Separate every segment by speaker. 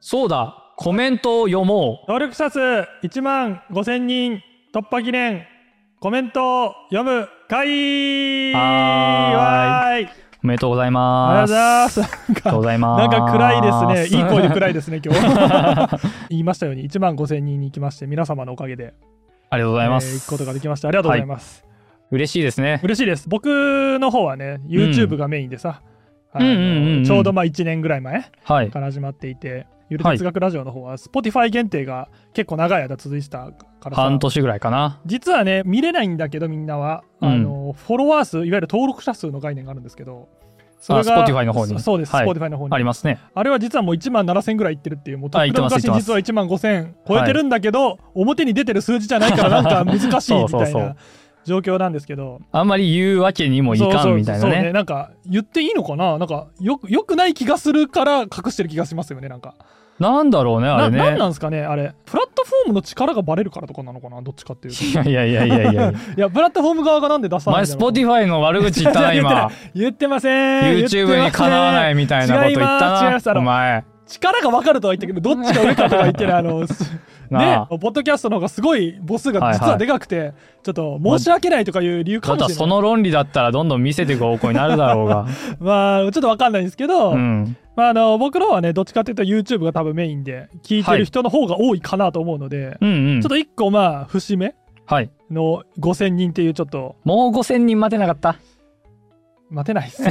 Speaker 1: そうだ、コメントを読も
Speaker 2: 能力者数1万5000人突破記念コメントを読む会
Speaker 1: は
Speaker 2: わーい
Speaker 1: おめでとうござい
Speaker 2: あ
Speaker 1: ま
Speaker 2: り
Speaker 1: す。
Speaker 2: がとうございますなん
Speaker 1: ありがとうご
Speaker 2: か
Speaker 1: ざい
Speaker 2: な
Speaker 1: ま
Speaker 2: ん
Speaker 1: す。
Speaker 2: か暗いです ねいい声で暗いですね今日言いましたように1万5000人に行きまして皆様のおかげで
Speaker 1: ありがとうございま
Speaker 2: えー行く
Speaker 1: す。
Speaker 2: ことができましたありがとうございます、
Speaker 1: 嬉しいですね。
Speaker 2: 嬉しいです僕の方はね YouTube がメインでさ、あの
Speaker 1: うんうんうんうん
Speaker 2: ちょうどまあ1年ぐらい前
Speaker 1: はい。
Speaker 2: から始まっていてゆる哲学ラジオの方は Spotify 限定が結構長い間続いてたからさ
Speaker 1: 半年ぐらいかな。
Speaker 2: 実はね見れないんだけどみんなは、
Speaker 1: うん
Speaker 2: あのフォロワー数いわゆる登録者数の概念があるんですけどそ
Speaker 1: あ Spotify の方に
Speaker 2: そそうです、
Speaker 1: はい
Speaker 2: Spotify の方に
Speaker 1: あ
Speaker 2: あ
Speaker 1: りますね。
Speaker 2: れは実はもう1万7000ぐらいいってるっていうもうとっ
Speaker 1: あ言
Speaker 2: く
Speaker 1: って
Speaker 2: の
Speaker 1: ます
Speaker 2: 昔
Speaker 1: 言ってます
Speaker 2: 実は1万5000超えてるんだけど、表に出てる数字じゃないからなんか難しい
Speaker 1: そ
Speaker 2: み
Speaker 1: うそう
Speaker 2: たい
Speaker 1: そう
Speaker 2: な状況なんですけど
Speaker 1: あんまり言うわけにもい
Speaker 2: そう
Speaker 1: か
Speaker 2: そうん
Speaker 1: みたいな
Speaker 2: そう
Speaker 1: ね。
Speaker 2: なんか言っていいのかななんかよくよくない気がするから隠してる気がしますよねなんか
Speaker 1: なんだろうね、あ
Speaker 2: な
Speaker 1: れ
Speaker 2: なん
Speaker 1: ね
Speaker 2: な。んですかねあれプラットフォームの力がバレるからとかなのかなどっちかっていうと
Speaker 1: いやいやいやいやい や。
Speaker 2: いやプラットフォーム側がなんで出さな
Speaker 1: 前、
Speaker 2: いんだろうと思って
Speaker 1: Spotify の悪口言ったな、今。
Speaker 2: 言ってません
Speaker 1: YouTube にかなわないみたいなこと言
Speaker 2: 違い
Speaker 1: っ
Speaker 2: ます
Speaker 1: た
Speaker 2: 違います
Speaker 1: な、お前。
Speaker 2: 力が分かるとは言ったけどどっちが上かとは言っ てないあのすね
Speaker 1: なあ
Speaker 2: ポッドキャストの方がすごい母数が実はでかくて、ちょっと申し訳ないとかいう理由か
Speaker 1: た
Speaker 2: も
Speaker 1: だ
Speaker 2: しれ
Speaker 1: そ
Speaker 2: な
Speaker 1: の
Speaker 2: い
Speaker 1: 論理だったらどんどん見せていく方向になるだろう が。
Speaker 2: まあちょっと分かんないんですけど、
Speaker 1: うん。
Speaker 2: まあ、あの僕の方はねどっちかっていうと YouTube が多分メインで聞いてる人の方が多いかなと思うので、
Speaker 1: うんうん
Speaker 2: ちょっ。と一個まあ節目
Speaker 1: はい。
Speaker 2: の5000人っていうちょっと
Speaker 1: もう5000人待てなかった。
Speaker 2: 待てないで すね。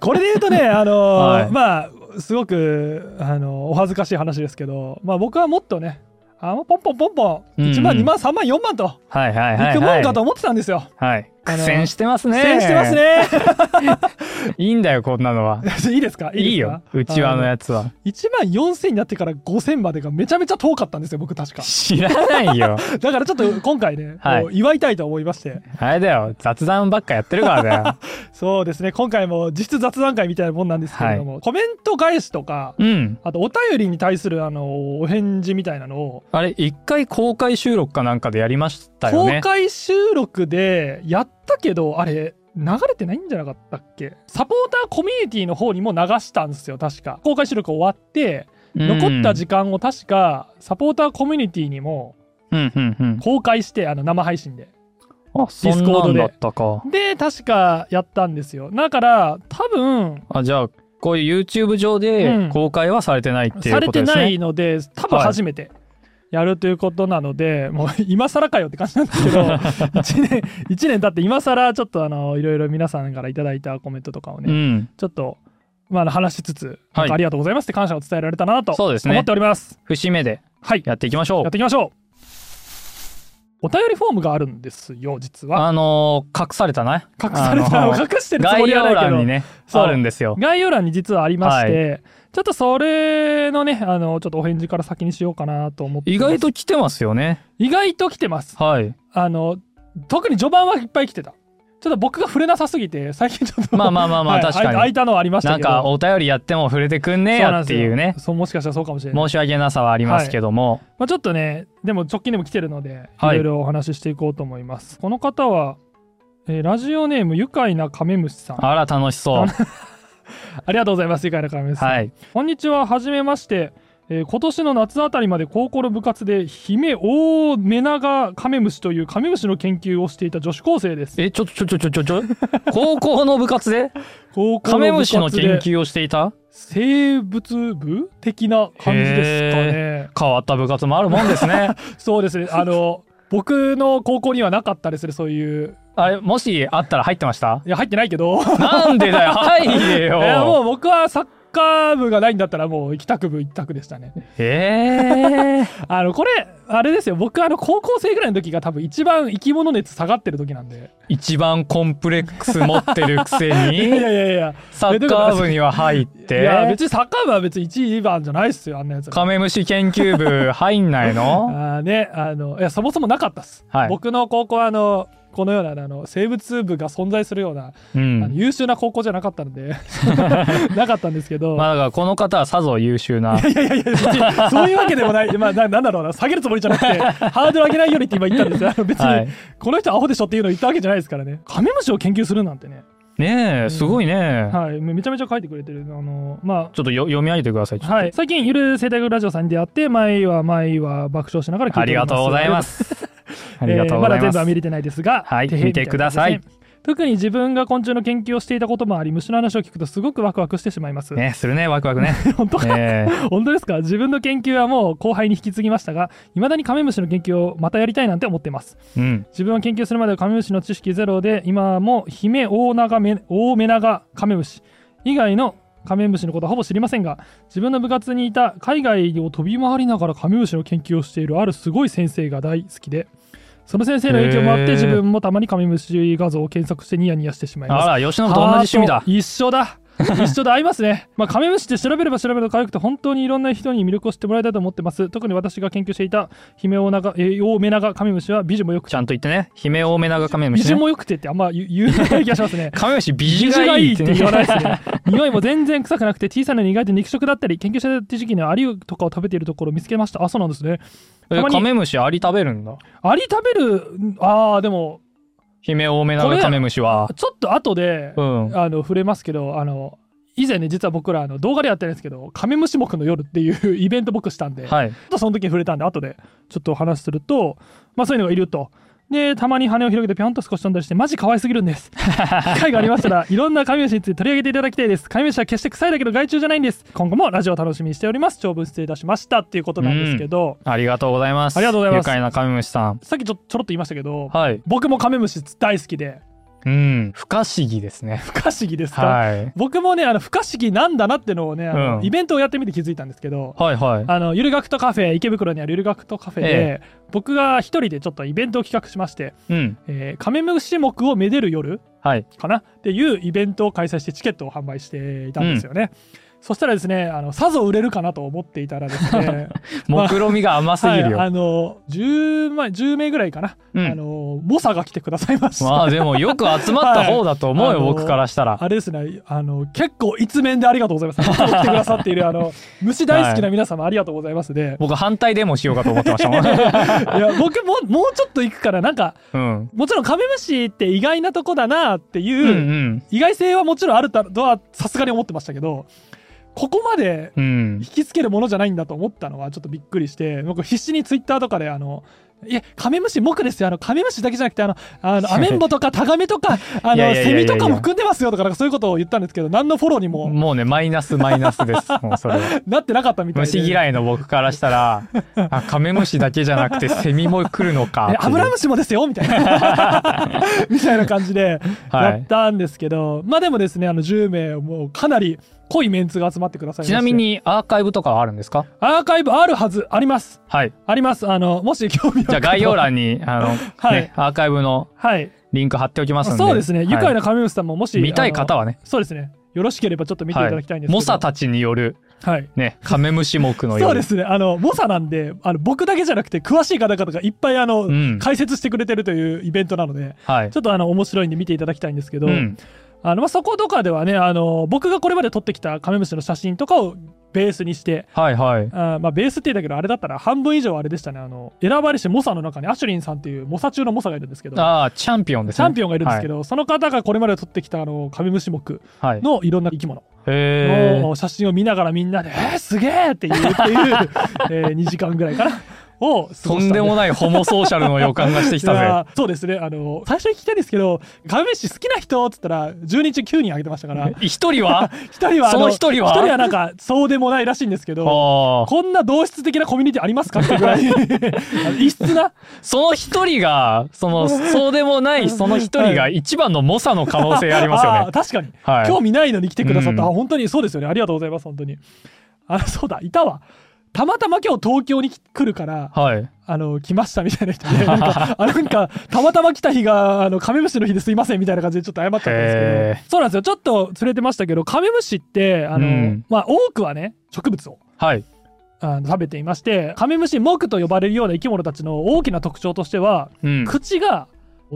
Speaker 2: これで言うとね、あのー
Speaker 1: はい
Speaker 2: まあすごくあのーお恥ずかしい話ですけど、まあ僕はもっとね、あもうポンポンポンポン
Speaker 1: うんうん
Speaker 2: 1万2万3万4万と
Speaker 1: はいはいはいい、
Speaker 2: くも
Speaker 1: は
Speaker 2: ん
Speaker 1: い。
Speaker 2: かと思ってたんですよ。
Speaker 1: はい。
Speaker 2: あの
Speaker 1: 苦戦してますね。
Speaker 2: 苦戦してます。ね。
Speaker 1: いいんだよ、こんなのは。
Speaker 2: いいですか？いい
Speaker 1: い
Speaker 2: ですか
Speaker 1: いよ、うちわのやつは。
Speaker 2: 1万4000になってから5000までがめちゃめちゃ遠かったんですよ僕確か。
Speaker 1: 知らないよ。
Speaker 2: だからちょっと今回ね、
Speaker 1: はい
Speaker 2: こう祝いたいと思いまして、
Speaker 1: あれだよ、雑談ばっかやってるからだ よ。
Speaker 2: そうですね今回も実質雑談会みたいなもんなんですけれども、コメント返しとか。
Speaker 1: うん。
Speaker 2: あとお便りに対するあのお返事みたいなのを
Speaker 1: あれ、一回公開収録かなんかでやりましたよ
Speaker 2: 公
Speaker 1: ね。
Speaker 2: 開収録でやったけどあれ流れてないんじゃなかったっけサポーターコミュニティの方にも流したんですよ確か公開収録終わって残った時間を確かサポーターコミュニティにも
Speaker 1: 間。うんうんうん
Speaker 2: 公開してあの生配信で
Speaker 1: うん。あ、そんなんだったか。
Speaker 2: で確かやったんですよだから多分
Speaker 1: あ、じゃあ、こういう YouTube 上
Speaker 2: うん
Speaker 1: で公開はされてないってい
Speaker 2: さ
Speaker 1: う
Speaker 2: れ
Speaker 1: こと
Speaker 2: て
Speaker 1: ですね。
Speaker 2: ないので多分
Speaker 1: はい
Speaker 2: 初めてやるということなので、もう今更かよって感じなんですけど 1年1年経って今更ちょっとあのいろいろ皆さんからいただいたコメントとかをね、
Speaker 1: うん。
Speaker 2: ちょっと、まああの、話しつつ、
Speaker 1: はい
Speaker 2: ありがとうございますって感謝を伝えられたなと
Speaker 1: そう
Speaker 2: 思
Speaker 1: ですね
Speaker 2: っております。
Speaker 1: 節目で
Speaker 2: はい、や
Speaker 1: やっていきましょう
Speaker 2: っ。ていきましょう。お便りフォームがあるんですよ、実は。
Speaker 1: あのー隠されたね。
Speaker 2: 隠された
Speaker 1: あのー
Speaker 2: 隠してるつも
Speaker 1: 概
Speaker 2: りは
Speaker 1: 要
Speaker 2: ないけ
Speaker 1: 欄
Speaker 2: ど、
Speaker 1: にね、
Speaker 2: そう
Speaker 1: あるんですよ。
Speaker 2: 概要欄に実はありまして、ちょっとそれのね、あの、ちょっとお返事から先にしようかなと思ってます。
Speaker 1: 意外と来てますよね。
Speaker 2: 意外と来てます。
Speaker 1: はい。
Speaker 2: あの、特に序盤はいっぱい来てた。ちょっと僕が触れなさすぎて、最近ちょっと、
Speaker 1: まあまあまあまあ、
Speaker 2: はい
Speaker 1: 確か
Speaker 2: 空
Speaker 1: に
Speaker 2: い。たのはありまし
Speaker 1: な
Speaker 2: た
Speaker 1: ん
Speaker 2: けど。
Speaker 1: かお便りやっても触れてくんねえ
Speaker 2: そうな
Speaker 1: や
Speaker 2: ん
Speaker 1: って
Speaker 2: ですよ
Speaker 1: いうね
Speaker 2: そう、もしかしたらそうかもしれな
Speaker 1: 申
Speaker 2: い。
Speaker 1: し訳なさはありますけども、
Speaker 2: まあ、ちょっとねでも直近でも来てるのでい
Speaker 1: はい
Speaker 2: ろいろお話ししていこうと思います、この方は、えーラジオネーム愉快なカメムシさんあ
Speaker 1: あら楽しそう
Speaker 2: りがとうございます愉快なカメムシさん、
Speaker 1: はい
Speaker 2: こんにちははじめまして、えー今年の夏あたりまで高校の部活で姫大メナガカメムシというカメムシの研究をしていた女子高生です
Speaker 1: えちょちょちょちょちょちょ高校の部活 で
Speaker 2: 高校
Speaker 1: カメムシの
Speaker 2: 部活
Speaker 1: 研
Speaker 2: で
Speaker 1: 究をしていた
Speaker 2: 生物部的な感じですかね
Speaker 1: 変わった部活もあるもんです ね
Speaker 2: そうですねあの僕の高校にはなかったですねそういう
Speaker 1: あれもしあったら入ってました
Speaker 2: いや入ってないけど
Speaker 1: なんで だよ入れ
Speaker 2: いやも
Speaker 1: よ
Speaker 2: う僕はサッカー部がないんだったらもう帰宅部一択でしたね。
Speaker 1: えー、
Speaker 2: あのこれあれですよ僕あの高校生ぐらいの時が多分一番生き物熱下がってる時なんで。
Speaker 1: 一番コンプレックス持ってるくせ
Speaker 2: いやい
Speaker 1: に
Speaker 2: やいやいや。
Speaker 1: サッカー部には入っ
Speaker 2: いや
Speaker 1: て
Speaker 2: 別にサッカー部は別に1番じゃないっすよあんなやつら。
Speaker 1: カメムシ研究部入んない
Speaker 2: あ
Speaker 1: の
Speaker 2: ーねあのいやそもそもなかったっす。
Speaker 1: はい
Speaker 2: 僕の高校はあのこのようなあの生物部が存在するような、
Speaker 1: う
Speaker 2: あの
Speaker 1: ん
Speaker 2: 優秀な高校じゃなかった のでなかったんですけど。
Speaker 1: まあだからこの方はさぞ優秀 ない
Speaker 2: やいやいや別にそういうわけでもない、まあ、ななんだろうな下げるつもりじゃなくてハードル上げないようにって今言ったんですよあの別に、
Speaker 1: はい
Speaker 2: この人アホでしょっていうのを言ったわけじゃないですからねカメムシを研究するなんてね
Speaker 1: ねえ、すごいね。
Speaker 2: はい、めめちゃめちゃ書いてくれてるあのま
Speaker 1: ちょっとよ読み上げてください。ちょっと
Speaker 2: あはい、最近ゆる生態学ラジオさんに出会って前は前は爆笑しながら聞
Speaker 1: あ
Speaker 2: いて
Speaker 1: り
Speaker 2: お
Speaker 1: がとうございますす。
Speaker 2: え
Speaker 1: ありがと
Speaker 2: ー
Speaker 1: う
Speaker 2: ま
Speaker 1: ござい
Speaker 2: だ全
Speaker 1: ま
Speaker 2: 部
Speaker 1: す。
Speaker 2: は見れてないですが、
Speaker 1: はい
Speaker 2: てへ
Speaker 1: 見てください
Speaker 2: みたな感じですね特に自分が昆虫の研究をしていたこともあり虫の話を聞くとすごくワクワクしてしまいます、
Speaker 1: ね、するね、ワクワク ね。
Speaker 2: 本当か
Speaker 1: ね
Speaker 2: 本当ですか自分の研究はもう後輩に引き継ぎましたが未だにカメムシの研究をまたやりたいなんて思ってます
Speaker 1: えうん。
Speaker 2: 自分は研究するまではカメムシの知識ゼロで今もヒメオオナガメオオメナガカメムシ以外のカメムシのことはほぼ知りませんが自分の部活にいた海外を飛び回りながらカメムシの研究をしているあるすごい先生が大好きでその先生の影響もあっ
Speaker 1: へー
Speaker 2: て自分もたまにカメムシ画像を検索してニヤニヤしてしまいます
Speaker 1: あら、吉野と同じ趣味
Speaker 2: ハー
Speaker 1: だ
Speaker 2: ト。一 緒だ一緒だ合いますね、まあ、カメムシって調べれば調べると可愛くて本当にいろんな人に魅力を知ってもらいたいと思ってます特に私が研究していたヒメオオナガえーオオメナガカメムシは美女もよく
Speaker 1: ちゃんと言ってね。姫多め長カメム
Speaker 2: 美
Speaker 1: シ
Speaker 2: 女
Speaker 1: ね。
Speaker 2: もよくてってあんま言う言うない気が しますね
Speaker 1: カメムシ美
Speaker 2: 美
Speaker 1: 女
Speaker 2: 女
Speaker 1: が
Speaker 2: が
Speaker 1: い
Speaker 2: い
Speaker 1: い
Speaker 2: い
Speaker 1: っ
Speaker 2: ってて
Speaker 1: ね
Speaker 2: 言わないですね匂いも全然臭くなくて小さな苦手で肉食だったり研究してた時期にはアリとかを食べているところを見つけましたあそうなんですねた
Speaker 1: え
Speaker 2: まに
Speaker 1: カメムシアリ食べるんだ。
Speaker 2: アリ食べるあーでも
Speaker 1: 姫多め長カメムシは。
Speaker 2: ちょっと後で
Speaker 1: うん。
Speaker 2: あの触れますけどあの以前ね実は僕らあの動画でやってるんですけど「カメムシ目の夜」っていうイベント僕したんで、
Speaker 1: はい。
Speaker 2: ちょっとその時に触れたんで後でちょっとお話しすると、まあ、そういうのがいると。でたまに羽を広げてぴょんと少し飛んだりしてマジ可愛すぎるんです 機会がありましたらいろんなカメムシについて取り上げていただきたいですカメムシは決して臭いだけど害虫じゃないんです今後もラジオ楽しみにしております長文失礼いたしましたっていうことなんですけど、
Speaker 1: ありがとうございます。
Speaker 2: ありがとうございます
Speaker 1: 愉快なカメムシさん。
Speaker 2: さっきちょちょろっと言いましたけど、
Speaker 1: はい。
Speaker 2: 僕もカメムシ大好きで
Speaker 1: うん。不可思議ですね。
Speaker 2: 不可思議ですか、
Speaker 1: はい。
Speaker 2: 僕もねあの不可思議なんだなってのをねあの、
Speaker 1: うん
Speaker 2: イベントをやってみて気づいたんですけど
Speaker 1: はいはい。
Speaker 2: あのゆる学徒カフェ池袋にあるゆる学徒カフェで、僕が一人でちょっとイベントを企画しまして、
Speaker 1: うん。
Speaker 2: えー、カメムシ目をめでる夜
Speaker 1: はい。
Speaker 2: かなっていうイベントを開催してチケットを販売していたんですよね、そしたらですねあのさぞ売れるかなと思っていたらで すね
Speaker 1: 目論みが甘す
Speaker 2: は
Speaker 1: ぎ
Speaker 2: い
Speaker 1: るよ。
Speaker 2: あの 10, 枚10名ぐらいかな、
Speaker 1: うん
Speaker 2: あの猛者が来てくださいました、
Speaker 1: まあでもよく集まった方だと思うよ、
Speaker 2: はいあのー
Speaker 1: 僕からしたら。
Speaker 2: あれですね、あの結構一面でありがとうございます。 いつも来てくださっているあの虫大好きな皆様ありがとうございますで、
Speaker 1: 僕反対デモしようかと思ってましたもん。
Speaker 2: い、や僕ももうちょっと行くからなんか
Speaker 1: うん。
Speaker 2: もちろんカメムシって意外なとこだなっていうう、
Speaker 1: ん
Speaker 2: 意外性はもちろんあるとはさすがに思ってましたけど、ここまで
Speaker 1: うん。うん
Speaker 2: 引。きつけるものじゃないんだと思ったのはちょっとびっくりして僕必死にツイッターとかであのいやカメムシ目ですよあのカメムシだけじゃなくてあのあ のアメンボとかタガメとかあ
Speaker 1: いや
Speaker 2: の
Speaker 1: いやいや
Speaker 2: セ
Speaker 1: いや
Speaker 2: ミとかも含んでますよとかなんかそういうことを言ったんですけど何のフォローにも
Speaker 1: もうね、マイナスマイナスです。もうそれ は。
Speaker 2: なってなかったみたいで
Speaker 1: 虫嫌いの僕からしたら、あ、カメムシだけじゃなくてセミも来るのかって
Speaker 2: え
Speaker 1: いう。
Speaker 2: アブラムシもですよみたいな みたいな感じで
Speaker 1: はい
Speaker 2: やったんですけど、まあでもですねあの10名もうかなり濃いメンツが集まってくださいまし
Speaker 1: ち
Speaker 2: て
Speaker 1: なみにアーカイブとかはあるんですか
Speaker 2: アーカイブあるはずあります
Speaker 1: はい。
Speaker 2: ありますあのもし興味ある方
Speaker 1: じゃあ概要欄に、あの、
Speaker 2: はい
Speaker 1: ね、アーカイブの
Speaker 2: はい
Speaker 1: リンク貼っておきますんで。
Speaker 2: そうですね、
Speaker 1: はい
Speaker 2: 愉快なカメムシさんももし
Speaker 1: 見たい方
Speaker 2: は
Speaker 1: はね、
Speaker 2: そうですねよろしければちょっと見ていただきたいんですけど、
Speaker 1: モサたちによる、
Speaker 2: はい
Speaker 1: ね、カメムシ目のよ
Speaker 2: そうですねあの猛者なんであの僕だけじゃなくて詳しい方々がいっぱいあの、
Speaker 1: うん
Speaker 2: 解説してくれてるというイベントなので
Speaker 1: はい
Speaker 2: ち。ょっとあの面白いんで見ていただきたいんですけど、
Speaker 1: うん。
Speaker 2: あのまあ、そことかではねあの僕がこれまで撮ってきたカメムシの写真とかをベースにして
Speaker 1: はいはい。
Speaker 2: あーまあベースって言うんだけどあれだったら半分以上あれでしたねあの選ばれし猛者の中にアシュリンさんっていう猛者中の猛者がいるんですけどチ
Speaker 1: ああ、チャンピオンですね。
Speaker 2: ャンピオンがいるんですけど、その方がこれまで撮ってきたあのカメムシ目
Speaker 1: はい。
Speaker 2: のいろんな生き物
Speaker 1: へー
Speaker 2: の写真を見ながらみんなで「えー、すげえ!」って言うっていう、 え2時間ぐらいかなを過ごした
Speaker 1: とんでも
Speaker 2: い
Speaker 1: ないホモソーシャルの予感がしてき
Speaker 2: い
Speaker 1: た
Speaker 2: やーそうですねあの最初に聞きたいんですけどカメムシ好きな人っつったら10人中9人挙げてましたから
Speaker 1: ぜ。一人は
Speaker 2: 一人はあ
Speaker 1: その一人は
Speaker 2: 一人はなんか そうでもないらしいんですけど
Speaker 1: あー
Speaker 2: こんな同質的なコミュニティありますかって ぐらいあの異質な
Speaker 1: その一人が、そ の、そうでもないその一人が一番の猛者の可能性ありますよ
Speaker 2: あー
Speaker 1: ね。
Speaker 2: 確かに、
Speaker 1: はい
Speaker 2: 興味ないのに来てくださった、
Speaker 1: うん
Speaker 2: あ本当にそうですよねありがとうございます本当にあそうだいたわたまたま今日東京に来るから
Speaker 1: はい。
Speaker 2: あの来ましたみたいな人 でなんかあなんかたまたま来た日があのカメムシの日ですいませんみたいな感じでちょっと謝ったんで
Speaker 1: へ
Speaker 2: すけどそうなんですよちょっと連れてましたけどカメムシってあの、
Speaker 1: うん
Speaker 2: まあ、多くはね植物を
Speaker 1: はい。
Speaker 2: あの食べていましてカメムシ目と呼ばれるような生き物たちの大きな特徴としては、
Speaker 1: うん。
Speaker 2: 口が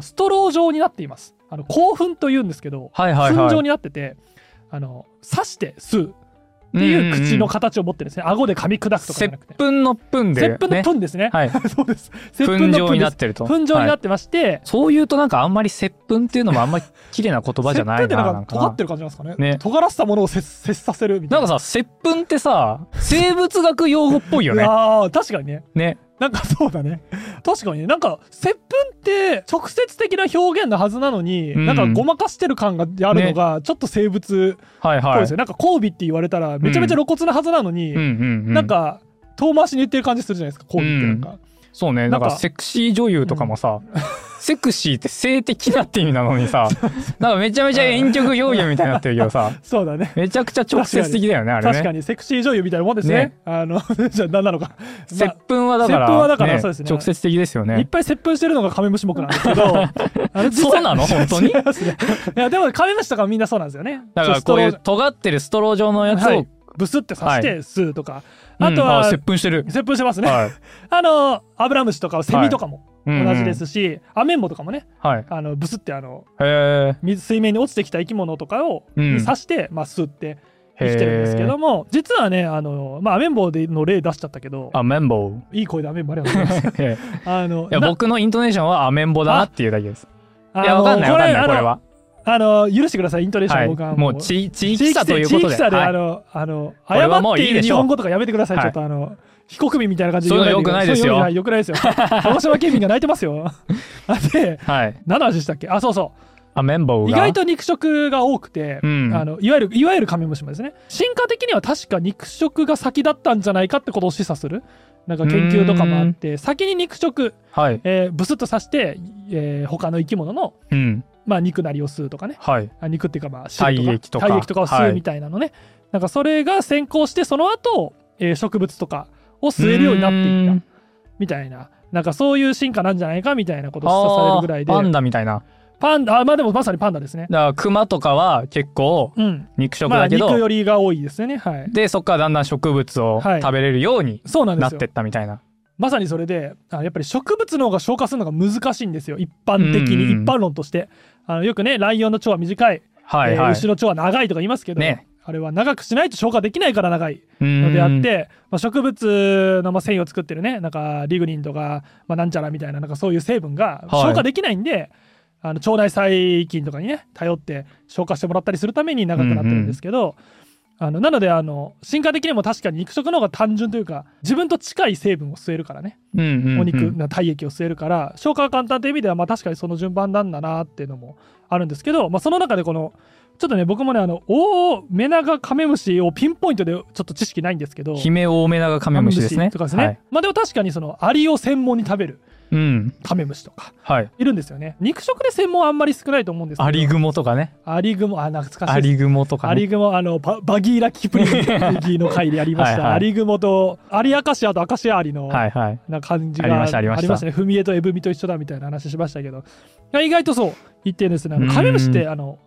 Speaker 2: ストロー状になっていますあの興奮というんですけど、
Speaker 1: はいはい
Speaker 2: 粉
Speaker 1: は
Speaker 2: 状
Speaker 1: い。
Speaker 2: になっててあの刺して吸うっていう
Speaker 1: うんうんう
Speaker 2: 口
Speaker 1: ん
Speaker 2: の形を持ってるんですね、顎で噛み砕くとかじゃな
Speaker 1: 接
Speaker 2: くて
Speaker 1: 吻の吻で、ね。
Speaker 2: 接吻の吻ですね
Speaker 1: はい。
Speaker 2: そうです接吻
Speaker 1: 吻
Speaker 2: の
Speaker 1: 状
Speaker 2: 吻
Speaker 1: に
Speaker 2: で
Speaker 1: なっ
Speaker 2: す
Speaker 1: てると。
Speaker 2: 粉状にな
Speaker 1: はい
Speaker 2: ってまして、
Speaker 1: そういうとなんかあんまり接吻っていうのもあんまり綺麗な言葉じゃない
Speaker 2: 接吻って
Speaker 1: な。
Speaker 2: な
Speaker 1: なんん
Speaker 2: か
Speaker 1: かな
Speaker 2: 尖ってる感じなんですかね
Speaker 1: ね
Speaker 2: 尖らせたものを接接させるみた
Speaker 1: ないん
Speaker 2: な
Speaker 1: かさ、接吻ってさ、生物学用語っぽいよね。
Speaker 2: あー確かにね
Speaker 1: ね。
Speaker 2: なんかそうだね確かにねなんか接吻って直接的な表現のはずなのに、
Speaker 1: うん
Speaker 2: なんかごまかしてる感があるのがちょっと生物っ
Speaker 1: はい
Speaker 2: ぽい
Speaker 1: は
Speaker 2: で
Speaker 1: い
Speaker 2: すよ、。なんか交尾って言われたらめちゃめちゃ露骨なはずなのに、
Speaker 1: うんうんうん。
Speaker 2: なんか遠回しに言ってる感じするじゃないですか交尾ってなんか、
Speaker 1: そうね、な
Speaker 2: な
Speaker 1: んん
Speaker 2: か
Speaker 1: かセクシー女優とかもさ、セクシーって性的なって意味なのに さ、なんかめちゃめちゃ遠曲表現みたいになってるけどさ、
Speaker 2: そうだね
Speaker 1: めちゃくちゃ直接的だよね、あれ
Speaker 2: 確か
Speaker 1: ね。
Speaker 2: にセクシー女優みたいなもんですね
Speaker 1: ね
Speaker 2: あの じゃあ何なのか、ま
Speaker 1: 接
Speaker 2: あ
Speaker 1: 吻はだから、
Speaker 2: 接吻はだからそうですね
Speaker 1: 直接的ですよ
Speaker 2: いっ
Speaker 1: ね。
Speaker 2: ぱい接吻してるのがカメムシ目なんですけど あれ実際
Speaker 1: そうなの本当に
Speaker 2: 違いますねいやでもカメムシとかみんなそうなんですよね
Speaker 1: だからこういう尖ってるストロー状のやつを、
Speaker 2: はいブスって刺し
Speaker 1: は
Speaker 2: て吸うとか、あとは、
Speaker 1: うん接吻して る。
Speaker 2: 接吻してますね、
Speaker 1: はい。
Speaker 2: あのアブラムシとかセミとかも
Speaker 1: う
Speaker 2: 同
Speaker 1: んうん
Speaker 2: じですし、アメンボとかもね
Speaker 1: はい。
Speaker 2: あのブスってあの
Speaker 1: へ
Speaker 2: 水水面に落ちてきた生き物とかを、
Speaker 1: うん
Speaker 2: に刺して、まあ、吸って
Speaker 1: え。
Speaker 2: 生きてるんですけ
Speaker 1: へ
Speaker 2: ど
Speaker 1: ー。
Speaker 2: も実はねあの、まあ、アメンボでの例出しちゃったけど
Speaker 1: アメン ボ。
Speaker 2: いい声でアメンボありがとうご ざいます
Speaker 1: いやい
Speaker 2: あの
Speaker 1: や
Speaker 2: な
Speaker 1: 僕のイントネーションはアメンボだなっていうだけです。
Speaker 2: あの
Speaker 1: いやわかんないわかんないこれは。
Speaker 2: あのあの許してくださいイントネーション、
Speaker 1: はい。
Speaker 2: 僕は
Speaker 1: もう地地域差ということ
Speaker 2: 地域
Speaker 1: で。
Speaker 2: 差で、
Speaker 1: はい
Speaker 2: あの、あの、
Speaker 1: これは
Speaker 2: 謝
Speaker 1: も
Speaker 2: っ
Speaker 1: う
Speaker 2: て
Speaker 1: い
Speaker 2: い
Speaker 1: い
Speaker 2: る
Speaker 1: で
Speaker 2: 日
Speaker 1: しょう
Speaker 2: 本語とかやめてください、
Speaker 1: はい
Speaker 2: ちょっとあの、非国民みたいな感じで
Speaker 1: そういうの
Speaker 2: 言わでく
Speaker 1: 良
Speaker 2: ださ
Speaker 1: くない
Speaker 2: そううのよくないですよ。鹿児島県民が泣いてま すよ。で、
Speaker 1: はい。
Speaker 2: 何の話でしたっけあ、そうそ
Speaker 1: アメンボ
Speaker 2: う。
Speaker 1: が。
Speaker 2: 意外と肉食が多くて、
Speaker 1: うん
Speaker 2: あのいわゆるいわゆるカメムシもですね進化的には確か肉食が先だったんじゃないかってことを示唆するなんか研究とかもあって先に肉食、
Speaker 1: はい。
Speaker 2: えーブスッと刺して、えー他の生き物の、
Speaker 1: うん。
Speaker 2: まあ、肉なりを吸うとかね
Speaker 1: はい。
Speaker 2: あ肉っていうかまあ汁
Speaker 1: 体液とか
Speaker 2: 体液とかを吸
Speaker 1: は
Speaker 2: う
Speaker 1: い
Speaker 2: みたいなのね、なんかそれが先行してその後、えー植物とかを吸えるようになっていった
Speaker 1: た。
Speaker 2: みたいななんかそういう進化なんじゃないかみたいなことを示唆されるぐらいで
Speaker 1: あーパンダみたいな。
Speaker 2: パンダあまあでもまさにパンダですね
Speaker 1: だからクマとかは結構
Speaker 2: うん
Speaker 1: 肉食
Speaker 2: まあ
Speaker 1: だけ
Speaker 2: 肉
Speaker 1: ど、
Speaker 2: よりが多いですよねはい
Speaker 1: でそこからだんだん植物を
Speaker 2: はい
Speaker 1: 食べれるように
Speaker 2: そうなんで
Speaker 1: なっ
Speaker 2: すよ
Speaker 1: てったみたいな。
Speaker 2: まさにそれであやっぱり植物の方が消化するのが難しいんですよ一般的に、
Speaker 1: うんうん
Speaker 2: 一般論としてあのよくねライオンの腸は短い、
Speaker 1: はい
Speaker 2: えー
Speaker 1: はい。
Speaker 2: 牛の腸は長いとか言いますけど、
Speaker 1: ね
Speaker 2: あれは長くしないと消化できないから長いの
Speaker 1: の
Speaker 2: であって、まあ、植物のまあ繊維を作ってるねなんかリグニンとか、まあ、なんちゃらみたいななんかそういう成分が
Speaker 1: はい
Speaker 2: 消化できないんで、あの腸内細菌とかにね頼って消化してもらったりするために長くなってるんですけど、あのなのであの進化的にも確かに肉食の方が単純というか自分と近い成分を吸えるからね
Speaker 1: うんうんうん
Speaker 2: お肉な体液を吸えるから消化が簡単という意味ではまあ確かにその順番なんだなっていうのもあるんですけど、まあ、その中でこのちょっとね僕もねあのオオメナガカメムシをピンポイントでちょっと知識ないんですけど
Speaker 1: ヒメオオメナガカメムシですね。
Speaker 2: とかですね。
Speaker 1: はい
Speaker 2: まあでも確かにそのアリを専門に食べる
Speaker 1: うん。
Speaker 2: カメムシとか
Speaker 1: はい。
Speaker 2: いるんですよね。肉食で専門はあんまり少ないと思うんですけど。
Speaker 1: アリグモとかね。
Speaker 2: アリグモ、あ、懐かしい
Speaker 1: ア
Speaker 2: です。
Speaker 1: リグモとか
Speaker 2: ア
Speaker 1: ね。
Speaker 2: リグモ、あのババギーラ・キプリンギーの回でやりまし
Speaker 1: は
Speaker 2: た。
Speaker 1: いはい
Speaker 2: アリグモとアリアカシアとアカシアアリの
Speaker 1: はいはい。
Speaker 2: な感じが
Speaker 1: ありましたありました
Speaker 2: ね。踏み絵とエブミと一緒だみたいな話しましたけど、いや意外とそう言ってですね。あのカメムシってあの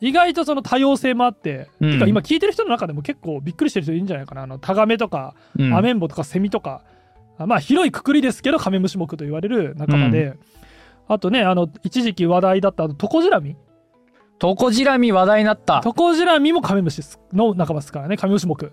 Speaker 2: 意外とその多様性もあって、
Speaker 1: うん
Speaker 2: てか今聞いてる人の中でも結構びっくりしてる人いるんじゃないかな。あのタガメとか
Speaker 1: うん
Speaker 2: アメンボとかセミとか、あまあ広いくくりですけどカメムシ目と言われる仲間で、あとねあの一時期話題だったあのトコジラミ
Speaker 1: トコジラミ話題になった。
Speaker 2: トコジラミもカメムシですの仲間ですからねカメムシ目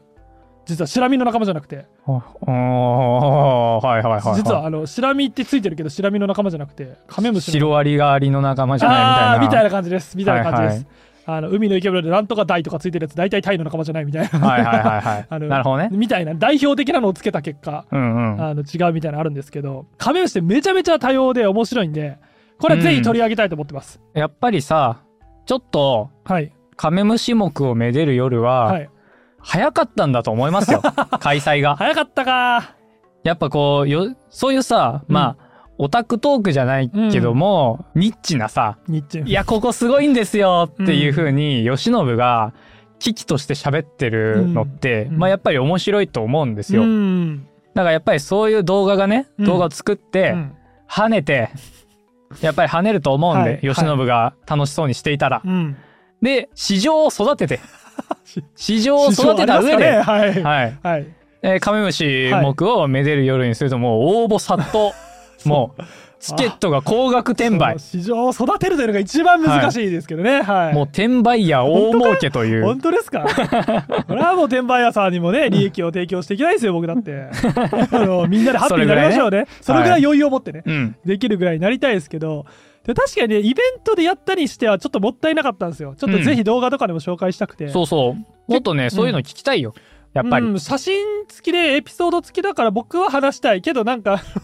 Speaker 2: 実はシラミの仲間じゃなくて、
Speaker 1: おおーはいはいはいい。
Speaker 2: 実はあのシラミってついてるけどシラミの仲間じゃなくてカメムシの
Speaker 1: シロアリがアリの仲間じゃ
Speaker 2: あ
Speaker 1: な
Speaker 2: ー
Speaker 1: い
Speaker 2: み
Speaker 1: みた
Speaker 2: たい
Speaker 1: い
Speaker 2: な感じですみたいな感じです、あの海の池袋でなんとか大とかついてるやつ大体タイの仲間じゃないみたい な、
Speaker 1: な。はいはいはいはい
Speaker 2: あの
Speaker 1: なるほどね。
Speaker 2: みたいな代表的なのをつけた結果
Speaker 1: うんうん。
Speaker 2: あの違うみたいなのあるんですけどカメムシってめちゃめちゃ多様で面白いんでこれはぜひ取り上げたいと思ってます、
Speaker 1: やっぱりさ、ちょっと
Speaker 2: はい
Speaker 1: カメムシ目をめでる夜
Speaker 2: は
Speaker 1: は、
Speaker 2: い
Speaker 1: 早かったんだと思います よ。開催が。
Speaker 2: 早かったか
Speaker 1: やっぱこう、よ、そういうさ、まあ、オタクトークじゃないけども、ニッチなさ、
Speaker 2: 日中
Speaker 1: いや、ここすごいんですよっていう風に、慶喜が危機として喋ってるのって、
Speaker 2: うん
Speaker 1: まあやっぱり面白いと思うんですよ。
Speaker 2: うん
Speaker 1: だからやっぱりそういう動画がね、
Speaker 2: うん
Speaker 1: 動画を作っ
Speaker 2: う
Speaker 1: て、
Speaker 2: ん
Speaker 1: 跳ねて、やっぱり跳ねると思うん
Speaker 2: はい
Speaker 1: で、慶喜が楽しそうにしていたら。
Speaker 2: うん
Speaker 1: で、市場を育て て
Speaker 2: し、
Speaker 1: 市場を育てた上
Speaker 2: 師匠ありますかね
Speaker 1: で、
Speaker 2: はいはい、
Speaker 1: はい。えーカメムシ
Speaker 2: はい
Speaker 1: 目をめでる夜にするともう応募殺到。もうチケットが高額転売
Speaker 2: その市場を育てるというのが一番難しいですけどねはい、
Speaker 1: もう転売屋大儲けという
Speaker 2: 本当で すかこれはもう転売屋さんにもね利益を提供していきたいですよ僕だって あのみんなでハッピーになりましょうねそ
Speaker 1: それぐ
Speaker 2: れぐ
Speaker 1: ら
Speaker 2: ら
Speaker 1: いね
Speaker 2: い余裕を持ってね、
Speaker 1: うん
Speaker 2: できるぐらいになりたいですけどで確かにねイベントでやったにしてはちょっともったいなかったんですよちょっとぜひ動画とかでも紹介したくて、
Speaker 1: そうそうもっとねそういうの聞きたいよやっぱり、
Speaker 2: うん、写真付きでエピソード付きだから僕は話したいけどなんか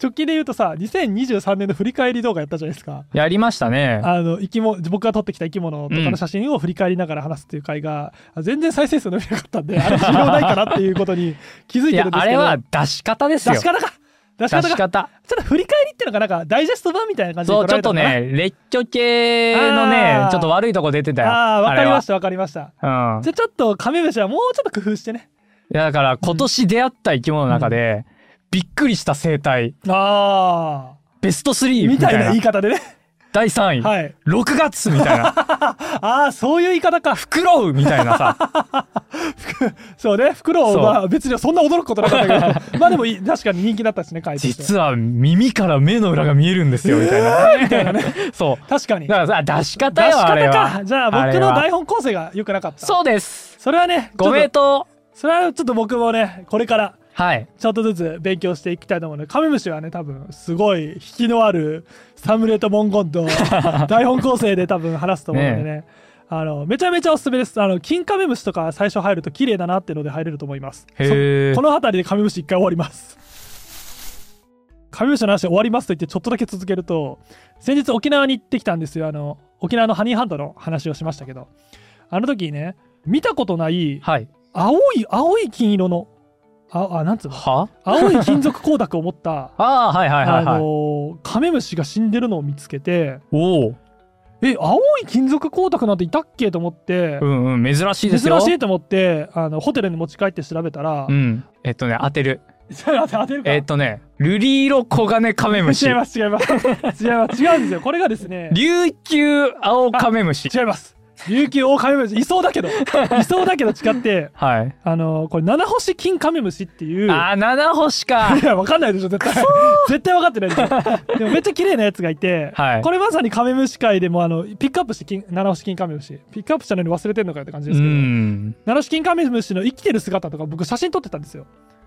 Speaker 2: 直近で言うとさ2023年の振り返り動画やったじゃないですか
Speaker 1: やりましたね
Speaker 2: あの生き物僕が撮ってきた生き物とかの写真を振り返りながら話すっていう回が、全然再生数伸びなかった んであれ需要ないかなっていうことに気づい
Speaker 1: い
Speaker 2: て
Speaker 1: や
Speaker 2: るんですけど
Speaker 1: あれは出し方ですよ
Speaker 2: 出し方か出し
Speaker 1: 出
Speaker 2: 方
Speaker 1: し
Speaker 2: か
Speaker 1: 方
Speaker 2: ちょっと振り返りっていうのがなんかダイジェスト版みたいな感じで
Speaker 1: そうちょっ
Speaker 2: 撮
Speaker 1: と
Speaker 2: られたのかな
Speaker 1: ね列挙系のね
Speaker 2: あー
Speaker 1: ちょっと悪いとこ出てたよ
Speaker 2: ああわ
Speaker 1: あ
Speaker 2: か
Speaker 1: れ
Speaker 2: り
Speaker 1: は
Speaker 2: ましたわかりました
Speaker 1: うん
Speaker 2: じゃあちょっとカメムシはもうちょっと工夫してね
Speaker 1: いやだから今年出会った生き物の中で、びっくりした生態
Speaker 2: ああ
Speaker 1: ベスト3み
Speaker 2: み
Speaker 1: た
Speaker 2: た
Speaker 1: い
Speaker 2: い
Speaker 1: な
Speaker 2: な言い方でね
Speaker 1: 第3位、
Speaker 2: はい
Speaker 1: 6月みたい な
Speaker 2: ああそういう言い方か
Speaker 1: フクロウみたいな さ
Speaker 2: そうね袋
Speaker 1: そう
Speaker 2: をまあ別にそんな驚くことなかったけどまあでもい確かに人気だったしね回答
Speaker 1: 実は耳から目の裏が見えるんですよみたいな、 そ
Speaker 2: 確かに
Speaker 1: うだからさ出し
Speaker 2: 出
Speaker 1: 方
Speaker 2: し
Speaker 1: よあれ
Speaker 2: 方
Speaker 1: は
Speaker 2: かじゃあ
Speaker 1: あ
Speaker 2: 僕
Speaker 1: れ
Speaker 2: の
Speaker 1: は
Speaker 2: 台本構成が良くなかった
Speaker 1: そうです
Speaker 2: それはね
Speaker 1: ご名答
Speaker 2: とそれはちょっと僕もねこれから
Speaker 1: はい
Speaker 2: ちょっとずつ勉強していきたいと思うのでカメムシはね多分すごい引きのあるサムネと文言 と台本構成で多分話すと思うのでねあのめちゃめちゃおすすめですあの金カメムシとか最初入ると綺麗だなっていうので入れると思います
Speaker 1: へえ
Speaker 2: この辺りでカメムシ一回終わります。カメムシの話終わりますと言ってちょっとだけ続けると先日沖縄に行ってきたんですよあの沖縄のハニーハントの話をしましたけどあの時にね見たことない
Speaker 1: はい
Speaker 2: 青い青い金色のああなんつうの
Speaker 1: は
Speaker 2: 青い金属光沢を持った
Speaker 1: ああ はいはいは
Speaker 2: あ
Speaker 1: いはい、
Speaker 2: のーカメムシが死んでるのを見つけて
Speaker 1: おお
Speaker 2: え青い金属光沢なんていたっけと思って
Speaker 1: うんうん珍しい
Speaker 2: 珍
Speaker 1: で
Speaker 2: し
Speaker 1: すよ
Speaker 2: いと思ってあのホテルに持ち帰って調べたら、
Speaker 1: うんえっとね当てる
Speaker 2: 当てるか
Speaker 1: えっとねルリ色コガネカメムシ
Speaker 2: 違います違い ます違います違うんですよこれがですね
Speaker 1: 琉球青カメムシ
Speaker 2: 違います琉球オオカメムシいそうだ けどいそうだけど違って
Speaker 1: はい
Speaker 2: あのこれ七星金カメムシっていう
Speaker 1: あー七星か
Speaker 2: いや分かんないでしょ絶対絶対分かってないで すよでもめっちゃ綺麗なやつがいて、
Speaker 1: はい
Speaker 2: これまさにカメムシ界でもあのピックアップして金七星金カメムシピックアップしたのに忘れてんのかよって感 じで
Speaker 1: う
Speaker 2: すけど、
Speaker 1: ん
Speaker 2: 七星金カメムシの生きてる姿とか僕写真撮ってたんですよ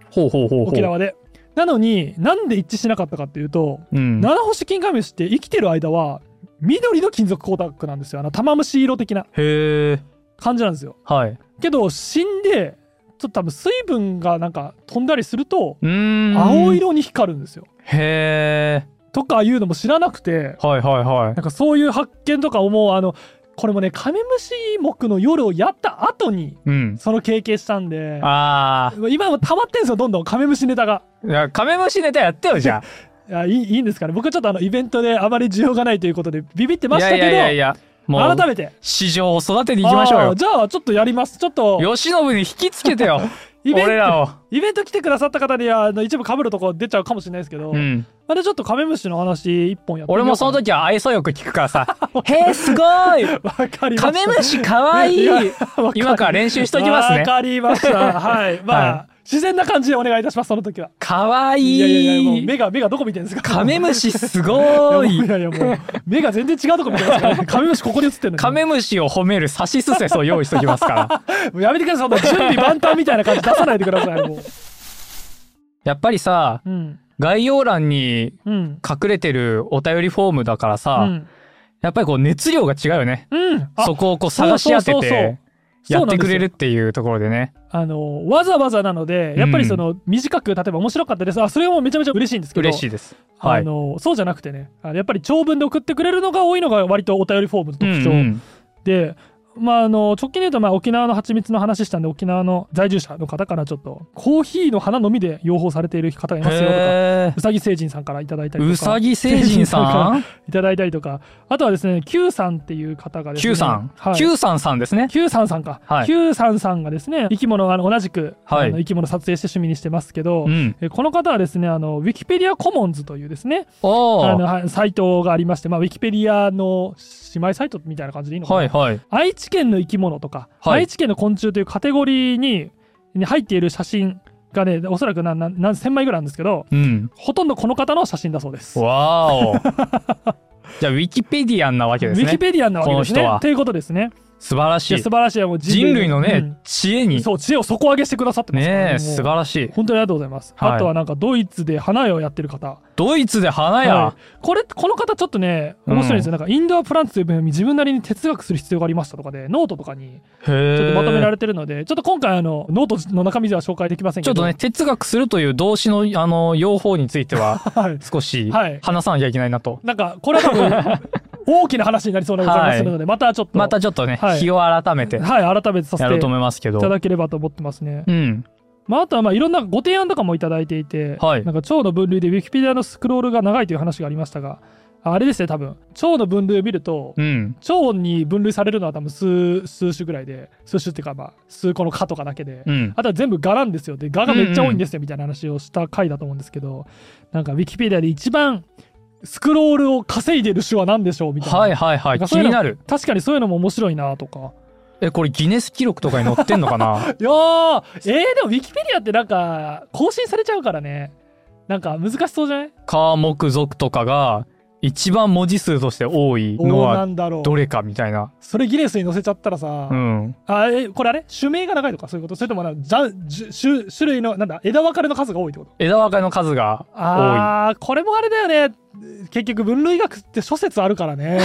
Speaker 1: ほうほうほうほう
Speaker 2: 沖縄でなのになんで一致しなかったかっていうと
Speaker 1: うん
Speaker 2: 七星金カメムシって生きてる間は緑の金属光沢なんですよあの玉虫色的な
Speaker 1: へえ
Speaker 2: 感じなんですよ
Speaker 1: はい
Speaker 2: けど死んでちょっと多分水分がなんか飛んだりすると
Speaker 1: うーん
Speaker 2: 青色に光るんですよ
Speaker 1: へえ
Speaker 2: とかいうのも知らなくて
Speaker 1: はいはいはい
Speaker 2: なんかそういう発見とかをもうあのこれもねカメムシ目の夜をやった後に
Speaker 1: うん
Speaker 2: その経験したんで
Speaker 1: あ
Speaker 2: 今も溜まってんですよどんどんカメムシネタが
Speaker 1: ーいやカメムシネタやってよじゃ
Speaker 2: いやいいいいんですかね僕はちょっとあのイベントであまり需要がないということでビビって
Speaker 1: あ
Speaker 2: ま
Speaker 1: い
Speaker 2: した
Speaker 1: や
Speaker 2: け
Speaker 1: い
Speaker 2: ど
Speaker 1: やいやいやもう
Speaker 2: 改めて
Speaker 1: 市場を育てていきましょう
Speaker 2: あーじゃあちょっとやりますちょっと
Speaker 1: よ慶喜に引きつけてよ
Speaker 2: イベント
Speaker 1: 俺らを
Speaker 2: イベント来てくださった方にはあの一部被るとこ出ちゃうかもしれないですけど、
Speaker 1: うん
Speaker 2: まだちょっとカメムシの話一本やってみ
Speaker 1: 俺
Speaker 2: ようかな
Speaker 1: もその時は愛想よく聞くから さ「へえすごい
Speaker 2: わかりました
Speaker 1: カメムシかわいい
Speaker 2: いやわかり
Speaker 1: 今から練習しときますね
Speaker 2: わかりました はいまあ、
Speaker 1: は
Speaker 2: 自然な感じでお願いいたしますその時は
Speaker 1: かわい
Speaker 2: いやいやいやもう
Speaker 1: い
Speaker 2: 目が目がどこ見てるんですか
Speaker 1: カメムシす
Speaker 2: いや
Speaker 1: ご
Speaker 2: もう
Speaker 1: い
Speaker 2: いやいやもう目が全然違うとこ見てます から、ね、カメムシここに映ってるのに
Speaker 1: カメムシを褒めるサしすせそを用意しときますから
Speaker 2: もうやめてくださいその準備万端みたいな感じ出さないでくださいもう
Speaker 1: やっぱりさ
Speaker 2: うん
Speaker 1: 概要欄に
Speaker 2: うん
Speaker 1: 隠れてるお便りフォームだからさ、
Speaker 2: うん
Speaker 1: やっぱりこう熱量が違うよね
Speaker 2: うんあ
Speaker 1: そこをこう探し当て
Speaker 2: そうそうそうそう
Speaker 1: てやってくれるっていうところでね
Speaker 2: あのわざわざなのでやっぱりその、短く例えば面白かったですあそれはもうめちゃめちゃ嬉しいんですけど
Speaker 1: 嬉しいですは
Speaker 2: あ
Speaker 1: い
Speaker 2: のそうじゃなくてねあのやっぱり長文で送ってくれるのが多いのが割とお便りフォームの特徴、
Speaker 1: うんうん
Speaker 2: で、まあ、あの直近で言うとまあ沖縄の蜂蜜の話したんで沖縄の在住者の方からちょっとコーヒーの花のみで養蜂されている方がいますよとか。
Speaker 1: へ
Speaker 2: うさぎ星人さんからいただいた
Speaker 1: ー
Speaker 2: り
Speaker 1: う
Speaker 2: とか
Speaker 1: さぎ星人 さん
Speaker 2: いただいたりとかあとはですね Q さんっていう方がですね
Speaker 1: Q さん、
Speaker 2: はい、
Speaker 1: Q さんさんですね。
Speaker 2: Q さんさんか、
Speaker 1: はい
Speaker 2: Q さんさんがですね生き物あの同じく、
Speaker 1: はい
Speaker 2: あの生き物撮影して趣味にしてますけど、
Speaker 1: うん。
Speaker 2: えこの方はですねあのウィキペディアコモンズというですね
Speaker 1: お
Speaker 2: あの
Speaker 1: ー
Speaker 2: はいサイトがありまして、まあ、ウィキペディアの姉妹サイトみたいな感じでいいのかな、
Speaker 1: はいはい。
Speaker 2: 愛知県の生き物とか、
Speaker 1: はい
Speaker 2: 愛知県の昆虫というカテゴリーにに入っている写真がねおそらく何何何千枚ぐらいあるんですけど
Speaker 1: うん。
Speaker 2: ほとんどこの方の写真だそうです。
Speaker 1: わーお。 じゃあ、ウィキペディアンなわけ
Speaker 2: ウ
Speaker 1: です
Speaker 2: ィキ
Speaker 1: ね。
Speaker 2: ペディアンなわけです
Speaker 1: この人
Speaker 2: ね
Speaker 1: は。
Speaker 2: ということですね。
Speaker 1: 素晴らし
Speaker 2: いや
Speaker 1: い
Speaker 2: 素。晴らしいもう
Speaker 1: 人類のね、知恵
Speaker 2: うん
Speaker 1: に。
Speaker 2: そう知恵を底上げしてくださってますから
Speaker 1: ね
Speaker 2: も
Speaker 1: え、
Speaker 2: う
Speaker 1: 素晴らしい。
Speaker 2: 本当にありがとうございます。
Speaker 1: はい
Speaker 2: あとはなんかドイツで花屋をやってる方。
Speaker 1: ドイツで花
Speaker 2: は
Speaker 1: 屋。
Speaker 2: いこれこの方ちょっとね面白いんですよ、なんかインドアプランツという分野に自分なりに哲学する必要がありましたとかでノートとかに
Speaker 1: へえ。
Speaker 2: ちょっとまとめられてるので、ちょっと今回あのノートの中身では紹介できませんけ
Speaker 1: ちょ
Speaker 2: ど
Speaker 1: っとね、哲学するという動詞の、あの、用法について は、
Speaker 2: はい、
Speaker 1: 少し
Speaker 2: はい
Speaker 1: 話さなきゃいけないなと。
Speaker 2: なんかこれは多分大きな話になりそうな予感がするので、またちょっと
Speaker 1: またちょっとね、
Speaker 2: はい
Speaker 1: 日を改めて
Speaker 2: はい改めてさせ
Speaker 1: や
Speaker 2: て
Speaker 1: ろう
Speaker 2: い
Speaker 1: と思いますけど
Speaker 2: た。だければと思ってますね、
Speaker 1: うん。
Speaker 2: まあ、あとはまあいろんなご提案とかもいただいていて、
Speaker 1: はい
Speaker 2: なんか腸の分類でウィキペディアのスクロールが長いという話がありましたがああれですね多分腸の分類を見ると、
Speaker 1: うん。
Speaker 2: 腸に分類されるのは多分数数種ぐらいで数種っていうかまあ数個の科とかだけで、
Speaker 1: うん。
Speaker 2: あとは全部蛾なんですよで蛾がめっちゃ多いんですよみたいな話をした回だと思うんですけど、なんかウィキペディアで一番スクロールを稼いでる種は何でしょうみたいな、
Speaker 1: はいはいはい。
Speaker 2: なんかそ
Speaker 1: 気
Speaker 2: ういう
Speaker 1: に
Speaker 2: の
Speaker 1: なる。
Speaker 2: 確かにそういうのも面白いなとか
Speaker 1: え、これギネス記録とかに載ってんのか な
Speaker 2: いやーえー、でもウィキペディアってなんか更新されちゃうからねなんか難しそうじゃない
Speaker 1: 科目属とかが一番文字数として多いの
Speaker 2: おーな
Speaker 1: は
Speaker 2: んだろ
Speaker 1: ど
Speaker 2: う
Speaker 1: れかみたいな。
Speaker 2: それギネスに載せちゃったらさ、
Speaker 1: うん。
Speaker 2: あえこれあれ種名が長いとかそういうことそれともなんかじゃじゅ種種類のなんだ枝分かれの数が多いってこと
Speaker 1: 枝分かれの数が多
Speaker 2: ああこれもあれだよね結局分類学って諸説あるから ね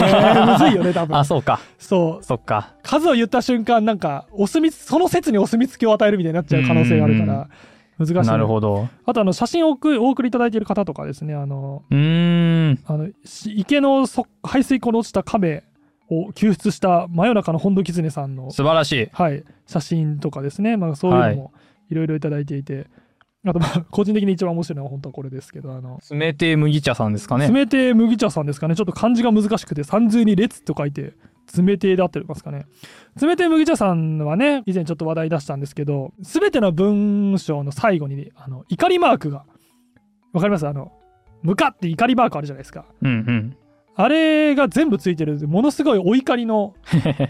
Speaker 2: むずいよね
Speaker 1: い。
Speaker 2: 多
Speaker 1: あ、
Speaker 2: 分
Speaker 1: そうか。
Speaker 2: そう
Speaker 1: そっか。
Speaker 2: 数を言った瞬間なんかお墨付その説にお墨付きを与えるみたいになっちゃう可能性があるから難しいね、
Speaker 1: なるほど。
Speaker 2: あとあの写真をお送お送りいただいている方とかですねあの
Speaker 1: うーん。
Speaker 2: あのし池のそ排水溝の落ちた亀を救出した真夜中の本土狐さんの
Speaker 1: 素晴らしい。
Speaker 2: はい、写真とかですね、まあ、そういうのもいろいろいただいていて、あとまあ 個人的に一番面白いのは本当はこれですけどあの、
Speaker 1: 冷て麦茶さんですかね。
Speaker 2: 冷て麦茶さんですかねちょっと漢字が難しくて「三重に列」と書いて冷てで合ってますかね冷て麦茶さんはね以前ちょっと話題出したんですけど全ての文章の最後にあの怒りマークがわかりますあの「向かって怒りマークあるじゃないですか
Speaker 1: うんうん。
Speaker 2: あれが全部ついてるものすごいお怒 りの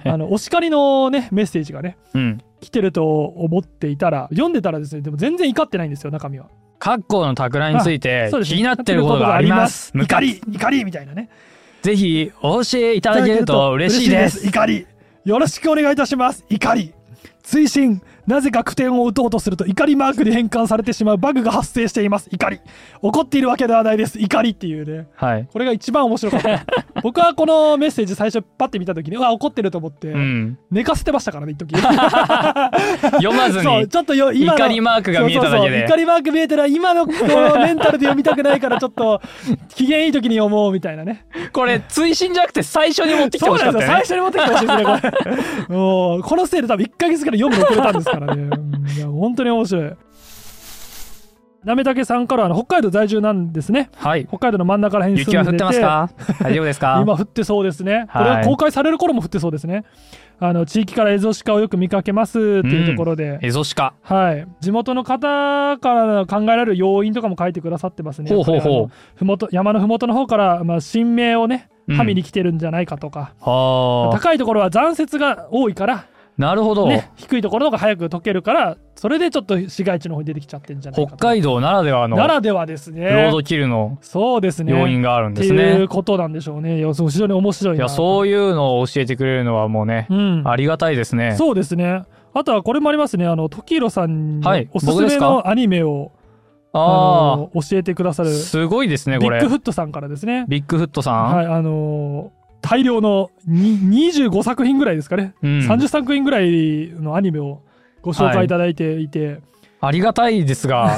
Speaker 2: あのお叱りのねメッセージがね
Speaker 1: うん。
Speaker 2: 来てると思っていたら読んでたらですねでも全然怒ってないんですよ中身は
Speaker 1: 格好の企みについて
Speaker 2: そうです
Speaker 1: 気になってることがあります。
Speaker 2: 怒
Speaker 1: 向か
Speaker 2: り怒りみたいなね
Speaker 1: ぜひお教えいただけると嬉しいです。
Speaker 2: 嬉怒りよろしくお願いいたします怒り追伸なぜか句点を打とうとすると怒りマークに変換されてしまうバグが発生しています怒り怒っているわけではないです怒りっていうね
Speaker 1: はい。
Speaker 2: これが一番面白かった 僕はこのメッセージ最初パッて見た時にうわ怒ってると思って、
Speaker 1: うん。
Speaker 2: 寝かせてましたからね一 時
Speaker 1: 読まずに。
Speaker 2: そうちょっ とよ今の
Speaker 1: 怒りマークが見えただけで
Speaker 2: そうそうそう怒りマーク見えたら今のこのメンタルで読みたくないからちょっ と機嫌いい時に読もうみたいなね
Speaker 1: これ追伸じゃなくて最初に持ってきて
Speaker 2: そ
Speaker 1: ほ
Speaker 2: う
Speaker 1: し
Speaker 2: な
Speaker 1: か
Speaker 2: ん
Speaker 1: った
Speaker 2: ですよ
Speaker 1: よ
Speaker 2: 最
Speaker 1: ね。
Speaker 2: 初に持ってきてほしいですねこれもうこのせいで多分1ヶ月くらい読むの遅れたんですからねうんいや本当に面白いなめたけさんからはあの北海道在住なんですね
Speaker 1: はい。
Speaker 2: 北海道の真ん中らへんに住んで
Speaker 1: 雪
Speaker 2: て
Speaker 1: は降ってますか？大丈夫ですか？
Speaker 2: 今降ってそうですね、これは公開される頃も降ってそうですねあの地域からエゾシカをよく見かけますっていうところで、
Speaker 1: エゾシカ。
Speaker 2: はい、地元の方から考えられる要因とかも書いてくださってますね。
Speaker 1: ほうほうほう
Speaker 2: やっぱりあのふもと山のふもとの方から、まあ、神明をね、
Speaker 1: うん
Speaker 2: 神に来てるんじゃないかとか、
Speaker 1: はあ。
Speaker 2: 高いところは残雪が多いから、
Speaker 1: なるほど。
Speaker 2: ね、低いところの方が早く溶けるから、それでちょっと市街地の方に出てきちゃってるんじゃないか
Speaker 1: 北
Speaker 2: とか
Speaker 1: 海道ならではの
Speaker 2: な
Speaker 1: ロ
Speaker 2: らではです
Speaker 1: ー
Speaker 2: ね。
Speaker 1: ドキルの
Speaker 2: そうですね。
Speaker 1: 要因があるん
Speaker 2: っ
Speaker 1: で
Speaker 2: て
Speaker 1: す
Speaker 2: いう
Speaker 1: ね。
Speaker 2: ことなんでしょうね。いやそう非常に面白い
Speaker 1: い
Speaker 2: な。
Speaker 1: やそういうのを教えてくれるのはもうね
Speaker 2: う、ん、
Speaker 1: ありがたいですね。
Speaker 2: そうですね。あとはこれもありますね。あの時宏さんに
Speaker 1: はい
Speaker 2: おすす
Speaker 1: 僕で
Speaker 2: め
Speaker 1: すか
Speaker 2: のアニメを、あ
Speaker 1: あ
Speaker 2: の教えてくださ
Speaker 1: あ。
Speaker 2: る
Speaker 1: すごいですね
Speaker 2: ビ
Speaker 1: こ
Speaker 2: ッ
Speaker 1: れ
Speaker 2: グ。フットさんからですね。
Speaker 1: ビッグフットさん。
Speaker 2: はい、あのー大量のに25作品ぐらいですかね、
Speaker 1: うん
Speaker 2: 30作品ぐらいのアニメをご紹
Speaker 1: は
Speaker 2: 介
Speaker 1: い
Speaker 2: いただいていて、
Speaker 1: ありがたいです が、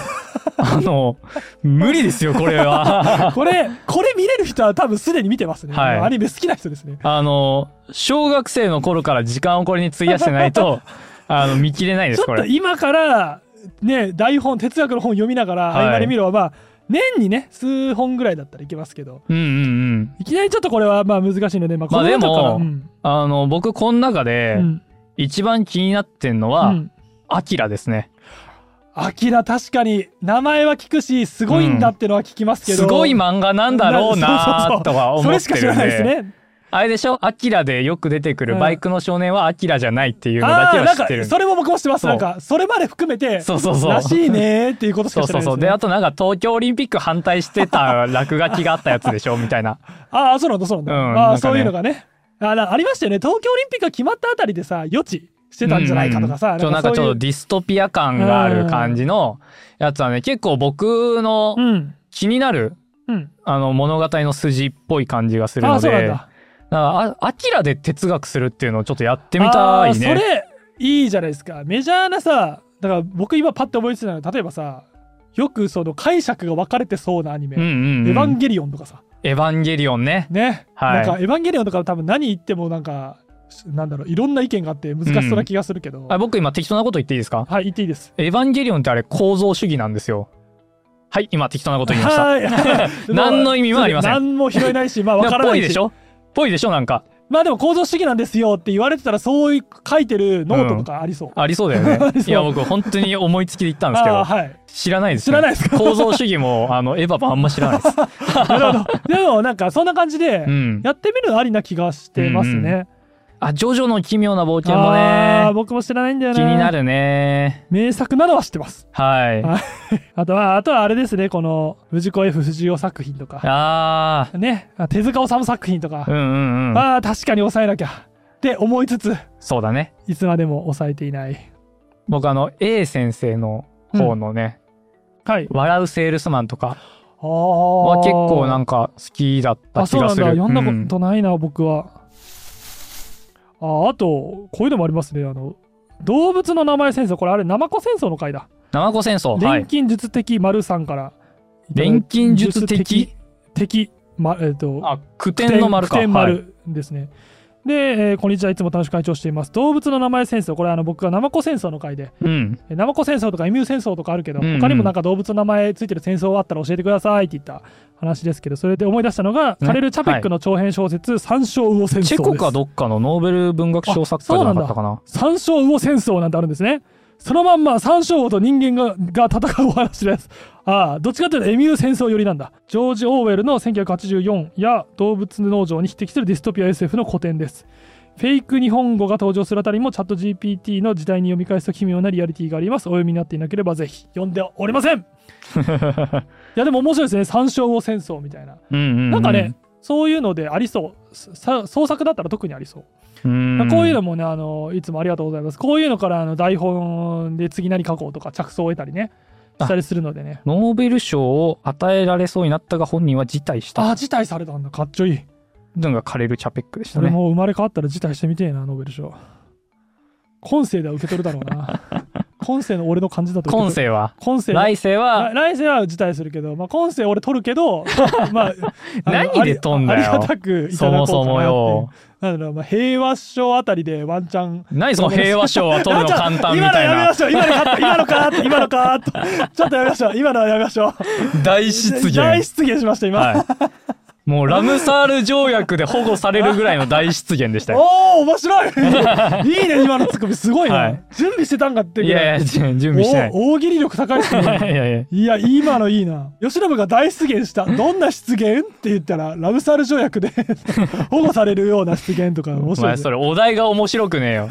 Speaker 1: あの、無理ですよ、これは。
Speaker 2: これこれ見れる人は多分すでに見てますね、
Speaker 1: はい
Speaker 2: アニメ好きな人ですね
Speaker 1: あの、小学生の頃から時間をこれに費やしてない と、あの、見切れないで
Speaker 2: ち
Speaker 1: す、
Speaker 2: ょ
Speaker 1: こ
Speaker 2: っと
Speaker 1: れ。
Speaker 2: 今からね台本哲学の本読みながら
Speaker 1: はい
Speaker 2: 合間で見るはまあ年にね数本ぐらいだったらいけますけど
Speaker 1: うんうんうん。
Speaker 2: いきなりちょっとこれはまあ難しいのでまあ
Speaker 1: ま
Speaker 2: こ
Speaker 1: あ
Speaker 2: の
Speaker 1: で
Speaker 2: 中から、
Speaker 1: も
Speaker 2: うん
Speaker 1: あの、僕、この中
Speaker 2: う
Speaker 1: で、
Speaker 2: ん
Speaker 1: 一番気になってんのは、
Speaker 2: うん
Speaker 1: アキラですね。
Speaker 2: アキラ確かに名前は聞くしすごいんだってのは聞きますけど、
Speaker 1: すごい漫画なんだろうな
Speaker 2: そうそうそ
Speaker 1: とは
Speaker 2: そ
Speaker 1: 思
Speaker 2: れ
Speaker 1: っ
Speaker 2: してか知
Speaker 1: る
Speaker 2: ら
Speaker 1: ん
Speaker 2: ないです
Speaker 1: で、
Speaker 2: ね
Speaker 1: あれでしょアキラでよく出てくるバイクの少年はアキラじゃないっていうのだ
Speaker 2: あ
Speaker 1: け
Speaker 2: あーな
Speaker 1: は
Speaker 2: ん
Speaker 1: 知っ
Speaker 2: か
Speaker 1: てる
Speaker 2: それも僕も知ってます
Speaker 1: そう
Speaker 2: なんかそれまで含めて
Speaker 1: そうそうそう
Speaker 2: らしいねーっていうことし
Speaker 1: そ
Speaker 2: か
Speaker 1: う
Speaker 2: 知ら
Speaker 1: そうそう
Speaker 2: ないですね
Speaker 1: であとなんか東京オリンピック反対してた落書きがあったやつでしょみたいな
Speaker 2: ああそうなんだそうなんだ、
Speaker 1: うんな
Speaker 2: あ
Speaker 1: んか
Speaker 2: あ
Speaker 1: ね
Speaker 2: そういうのがねあなありましたよね東京オリンピックが決まったあたりでさ予知してたんじゃないかとかさ、
Speaker 1: うんうん
Speaker 2: なんか
Speaker 1: ち
Speaker 2: そ
Speaker 1: ょっ
Speaker 2: う
Speaker 1: と
Speaker 2: いう
Speaker 1: ディストピア感がある感じのやつはね結構僕の
Speaker 2: うん
Speaker 1: 気になる、
Speaker 2: うん
Speaker 1: あの物語の筋っぽい感じがする
Speaker 2: あ
Speaker 1: の
Speaker 2: あそうなん
Speaker 1: で
Speaker 2: だ
Speaker 1: なんかあアキラで哲学するっていうのをちょっとやってみた
Speaker 2: あー
Speaker 1: いね
Speaker 2: それいいじゃないですかメジャーなさだから僕今パッて覚えてたのは例えばさよくその解釈が分かれてそうなアニメ「
Speaker 1: うんうん、うん、
Speaker 2: エヴァン
Speaker 1: エ
Speaker 2: ゲリオン」とかさ
Speaker 1: ヴァンゲリオンね
Speaker 2: ね、
Speaker 1: はい
Speaker 2: なんか「エヴァンゲリオン」とか多分何言ってもなんかなんだろういろんな意見があって難しそうな気がするけど、
Speaker 1: あ僕今適当なこと言っていいですか
Speaker 2: はい言っていいです
Speaker 1: エヴァンゲリオンってあれ構造主義なんですよはい今適当なこと言いました
Speaker 2: はい
Speaker 1: 何の意味もありません
Speaker 2: 何も拾えないし、まあ分
Speaker 1: でも
Speaker 2: からな
Speaker 1: ぽ
Speaker 2: い
Speaker 1: い
Speaker 2: し。
Speaker 1: でしょぽいでしょなんか
Speaker 2: まあでも構造主義なんですよって言われてたら、そういう書いてるノートとかありそう。
Speaker 1: ありそうだよね
Speaker 2: そ
Speaker 1: い
Speaker 2: う
Speaker 1: や僕本当に思いつきで言ったんですけ
Speaker 2: あ
Speaker 1: ど
Speaker 2: あはい。
Speaker 1: 知らないです、ね、
Speaker 2: 知らないですか
Speaker 1: 構造主義 もあのエヴァもあんま知らないです
Speaker 2: なるほど。でもなんかそんな感じで
Speaker 1: う、ん
Speaker 2: やってみるのありな気がしてますね。
Speaker 1: あジョジョの奇妙な冒険も
Speaker 2: ああ
Speaker 1: ね
Speaker 2: 僕も知らないんだよな。
Speaker 1: 気にな。るね
Speaker 2: 名作なのは知ってます。
Speaker 1: はい
Speaker 2: ああとは、あとはあれですね、この藤子 F 不二雄作品とか、
Speaker 1: あー
Speaker 2: ね、あ手塚治虫作品とか、
Speaker 1: うんうんうん
Speaker 2: ああ、確かに抑えなきゃって思いつつ、
Speaker 1: そうだね
Speaker 2: いつまでも抑えていない。
Speaker 1: 僕あの A 先生の方のね、
Speaker 2: はい。
Speaker 1: 笑うセールスマンとか
Speaker 2: あ
Speaker 1: は
Speaker 2: あ。
Speaker 1: 結構なんか好きだった
Speaker 2: あ
Speaker 1: 気
Speaker 2: そう
Speaker 1: が
Speaker 2: なん
Speaker 1: す
Speaker 2: だ
Speaker 1: る
Speaker 2: 読んだ
Speaker 1: うん
Speaker 2: ことないな、僕はああとこういうのもありますねあの動物の名前戦争これあれナマコ戦争の回だ
Speaker 1: 生子戦争は
Speaker 2: 錬
Speaker 1: い
Speaker 2: 金術的丸さんから
Speaker 1: 錬金術的
Speaker 2: 敵まえっ、と
Speaker 1: あ苦点の丸か
Speaker 2: 苦天
Speaker 1: はい
Speaker 2: 丸ですね、で、えーこんにちはいつも楽しく会長しています動物の名前戦争これあの僕がナマコ戦争の回で
Speaker 1: うん
Speaker 2: えーナマコ戦争とかエミュー戦争とかあるけど、
Speaker 1: うんうん
Speaker 2: 他にもなんか動物の名前ついてる戦争あったら教えてくださいって言った話ですけどそれで思い出したのが、
Speaker 1: ね
Speaker 2: カレル・チャペックの長編小説「三章魚戦争」です
Speaker 1: チェコかどっかのノーベル文学賞作家じゃなかったかな
Speaker 2: 三章魚戦争なんてあるんですねそのまんま三章魚と人間がが戦うお話ですああどっちかというとエミュー戦争寄りなんだジョージ・オーウェルの1984や動物農場に匹敵するディストピア SF の古典ですフェイク日本語が登場するあたりもチャット GPT の時代に読み返すと奇妙なリアリティがありますお読みになっていなければぜひ読んでおりませんいやでも面白いですね三章魚戦争みたいな
Speaker 1: うんうん、うん、
Speaker 2: なんかね、そういうのでありそうさ創作だったら特にありそう
Speaker 1: うん
Speaker 2: こういうのもねあのいつもありがとうございますこういうのからあの台本で次何書こうとか着想を得たりねしたりするのでね
Speaker 1: ノーベル賞を与えられそうになったが本人は辞退した
Speaker 2: あ辞退されたんだかっちょいい
Speaker 1: のがカレル・チャペックでした
Speaker 2: 俺
Speaker 1: ね
Speaker 2: も生まれ変わったら辞退してみてえなノーベル賞今世では受け取るだろうな 今世の俺の感じだと受け
Speaker 1: 今
Speaker 2: 取る
Speaker 1: 世は
Speaker 2: 今 世
Speaker 1: 来世は
Speaker 2: 来来世は辞退するけど、まあ、今世俺取る けどまああの
Speaker 1: 何で取んだよ
Speaker 2: ありありがたくい
Speaker 1: そ
Speaker 2: ただ
Speaker 1: も
Speaker 2: こうか
Speaker 1: そ
Speaker 2: な
Speaker 1: もよ
Speaker 2: っていうなんだろうまあ、平和賞あたりでワンチャン
Speaker 1: 何その平和賞は取るの簡単 みたい
Speaker 2: 今のやめま
Speaker 1: な
Speaker 2: しょう。今のカット今のカーット今のカーットちょっとやめましょう。今のはやめましょう。
Speaker 1: 大失言
Speaker 2: 大失言しました今。
Speaker 1: はいもうラムサール条約で保護されるぐらいの大失言でした よ
Speaker 2: おお面 白い。いいね今のツッコミすごいな、
Speaker 1: はい
Speaker 2: 準備してたんかって
Speaker 1: い
Speaker 2: ぐら
Speaker 1: やいやじゅ準備
Speaker 2: お
Speaker 1: してない
Speaker 2: 大喜利力高いで す
Speaker 1: い
Speaker 2: ね。
Speaker 1: やいや
Speaker 2: いや今のいいな吉信が大失言したどんな失言って言ったらラブサール条約で 保護されるような失言とか面
Speaker 1: お
Speaker 2: 白い
Speaker 1: 前
Speaker 2: です
Speaker 1: それお題が面白くねえ よ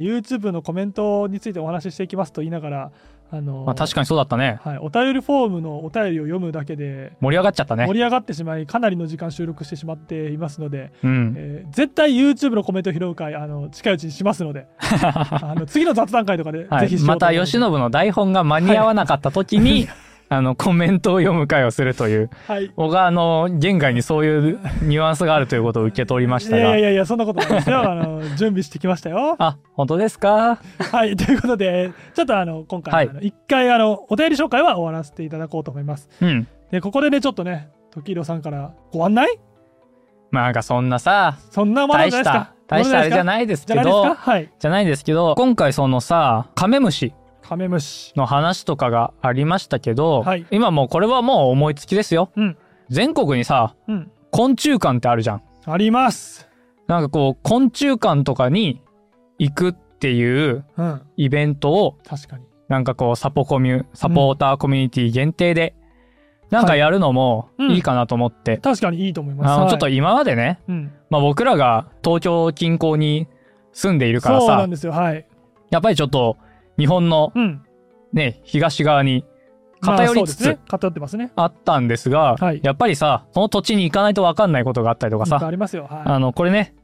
Speaker 2: YouTube のコメントについてお話ししていきますと言いながらあの、
Speaker 1: まあ確かにそうだったね
Speaker 2: はい、お便りフォームのお便りを読むだけで
Speaker 1: 盛り上がっちゃったね
Speaker 2: 盛り上がってしまいかなりの時間収録してしまっていますので、
Speaker 1: うん
Speaker 2: えー絶対 YouTube のコメント拾う会あの近いうちにします のであの次の雑談会とかで、
Speaker 1: は
Speaker 2: ぜひ
Speaker 1: い、
Speaker 2: しよ
Speaker 1: ま
Speaker 2: う
Speaker 1: た
Speaker 2: と思い
Speaker 1: 慶
Speaker 2: ます
Speaker 1: 喜の台本が間に合わなかった時に、あのコメントを読む会をするという
Speaker 2: はい
Speaker 1: 僕はあの現外にそういうニュアンスがあるということを受け取りまし
Speaker 2: い
Speaker 1: た
Speaker 2: や
Speaker 1: が
Speaker 2: いやいやそんなことないですよあの 準備してきましたよ
Speaker 1: あ本当ですか
Speaker 2: はいということでちょっとあの今回、
Speaker 1: はい
Speaker 2: あの一回あのお便り紹介は終わらせていただこうと思います
Speaker 1: うん
Speaker 2: でここでねちょっとね時宏さんからご案内
Speaker 1: まあなんかそんなさ
Speaker 2: そんなもの
Speaker 1: 大
Speaker 2: じゃな
Speaker 1: し
Speaker 2: いですか
Speaker 1: た大したあれじゃ
Speaker 2: い
Speaker 1: ないです
Speaker 2: じ
Speaker 1: け
Speaker 2: ゃないです
Speaker 1: ど
Speaker 2: かはい
Speaker 1: じゃないですけど今回そのさカメムシ
Speaker 2: カメムシ
Speaker 1: の話とかがありましたけど、
Speaker 2: はい
Speaker 1: 今もうこれはもう思いつきですよ
Speaker 2: うん
Speaker 1: 全国にさ
Speaker 2: うん
Speaker 1: 昆虫館ってあるじゃん
Speaker 2: あります
Speaker 1: なんかこう昆虫館とかに行くっていう
Speaker 2: うん
Speaker 1: イベントを
Speaker 2: 確かに
Speaker 1: なんかこうサポコミュサポーターコミュニティ限定でなんかやるのもいいかなと思って、
Speaker 2: 確かにいいと思います。
Speaker 1: あの
Speaker 2: はい
Speaker 1: ちょっと、今までね、
Speaker 2: うん、
Speaker 1: まあ、僕らが東京近郊に住んでいるから
Speaker 2: そうな
Speaker 1: さ
Speaker 2: んですよ。はい。
Speaker 1: やっぱりちょっと日本の
Speaker 2: うん。
Speaker 1: ね東側に
Speaker 2: まあ
Speaker 1: 偏りつつ
Speaker 2: そうですね、偏ってますね。
Speaker 1: あったんですが、
Speaker 2: はい
Speaker 1: やっぱりさその土地に行かないと分かんないことがあったりとか
Speaker 2: いっぱい
Speaker 1: さ
Speaker 2: ありますよ。は
Speaker 1: あのこれね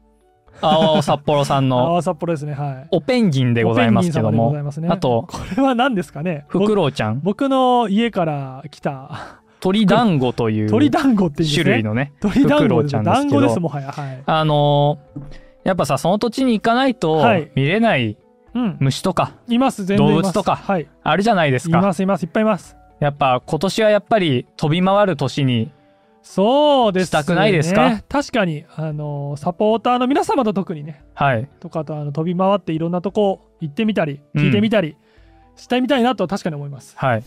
Speaker 1: 青々札幌さん
Speaker 2: い。 あ
Speaker 1: の
Speaker 2: あ、札幌ですね。はい。
Speaker 1: おペンギンでございますけど
Speaker 2: おペンギン様でござ
Speaker 1: も
Speaker 2: いますね
Speaker 1: あと
Speaker 2: これは何ですかね。
Speaker 1: フクロウちゃん
Speaker 2: 僕の家から来た
Speaker 1: 鳥団子という
Speaker 2: 鳥団子っていうんですね
Speaker 1: 種類のね
Speaker 2: 鳥
Speaker 1: フク
Speaker 2: 団
Speaker 1: ロ
Speaker 2: 子
Speaker 1: ウ
Speaker 2: で
Speaker 1: ちゃ
Speaker 2: す
Speaker 1: んですけ
Speaker 2: 団
Speaker 1: ど
Speaker 2: 子ですもはやはい、
Speaker 1: あのーやっぱさその土地に行かないと
Speaker 2: はい
Speaker 1: 見れない
Speaker 2: うん、
Speaker 1: 虫とか
Speaker 2: います全然いま
Speaker 1: 動
Speaker 2: す
Speaker 1: 物とか
Speaker 2: はいい
Speaker 1: あるじゃないですか、
Speaker 2: ますいますいっぱいいます
Speaker 1: やっぱ今年はやっぱり飛び回る年に
Speaker 2: そうですね
Speaker 1: したくないですか
Speaker 2: 確かにあのサポーターの皆様と特にね
Speaker 1: はい
Speaker 2: とかとあの飛び回っていろんなとこ行ってみたり
Speaker 1: うん
Speaker 2: 聞いてみたり、してみたいなとは確かに思います
Speaker 1: はい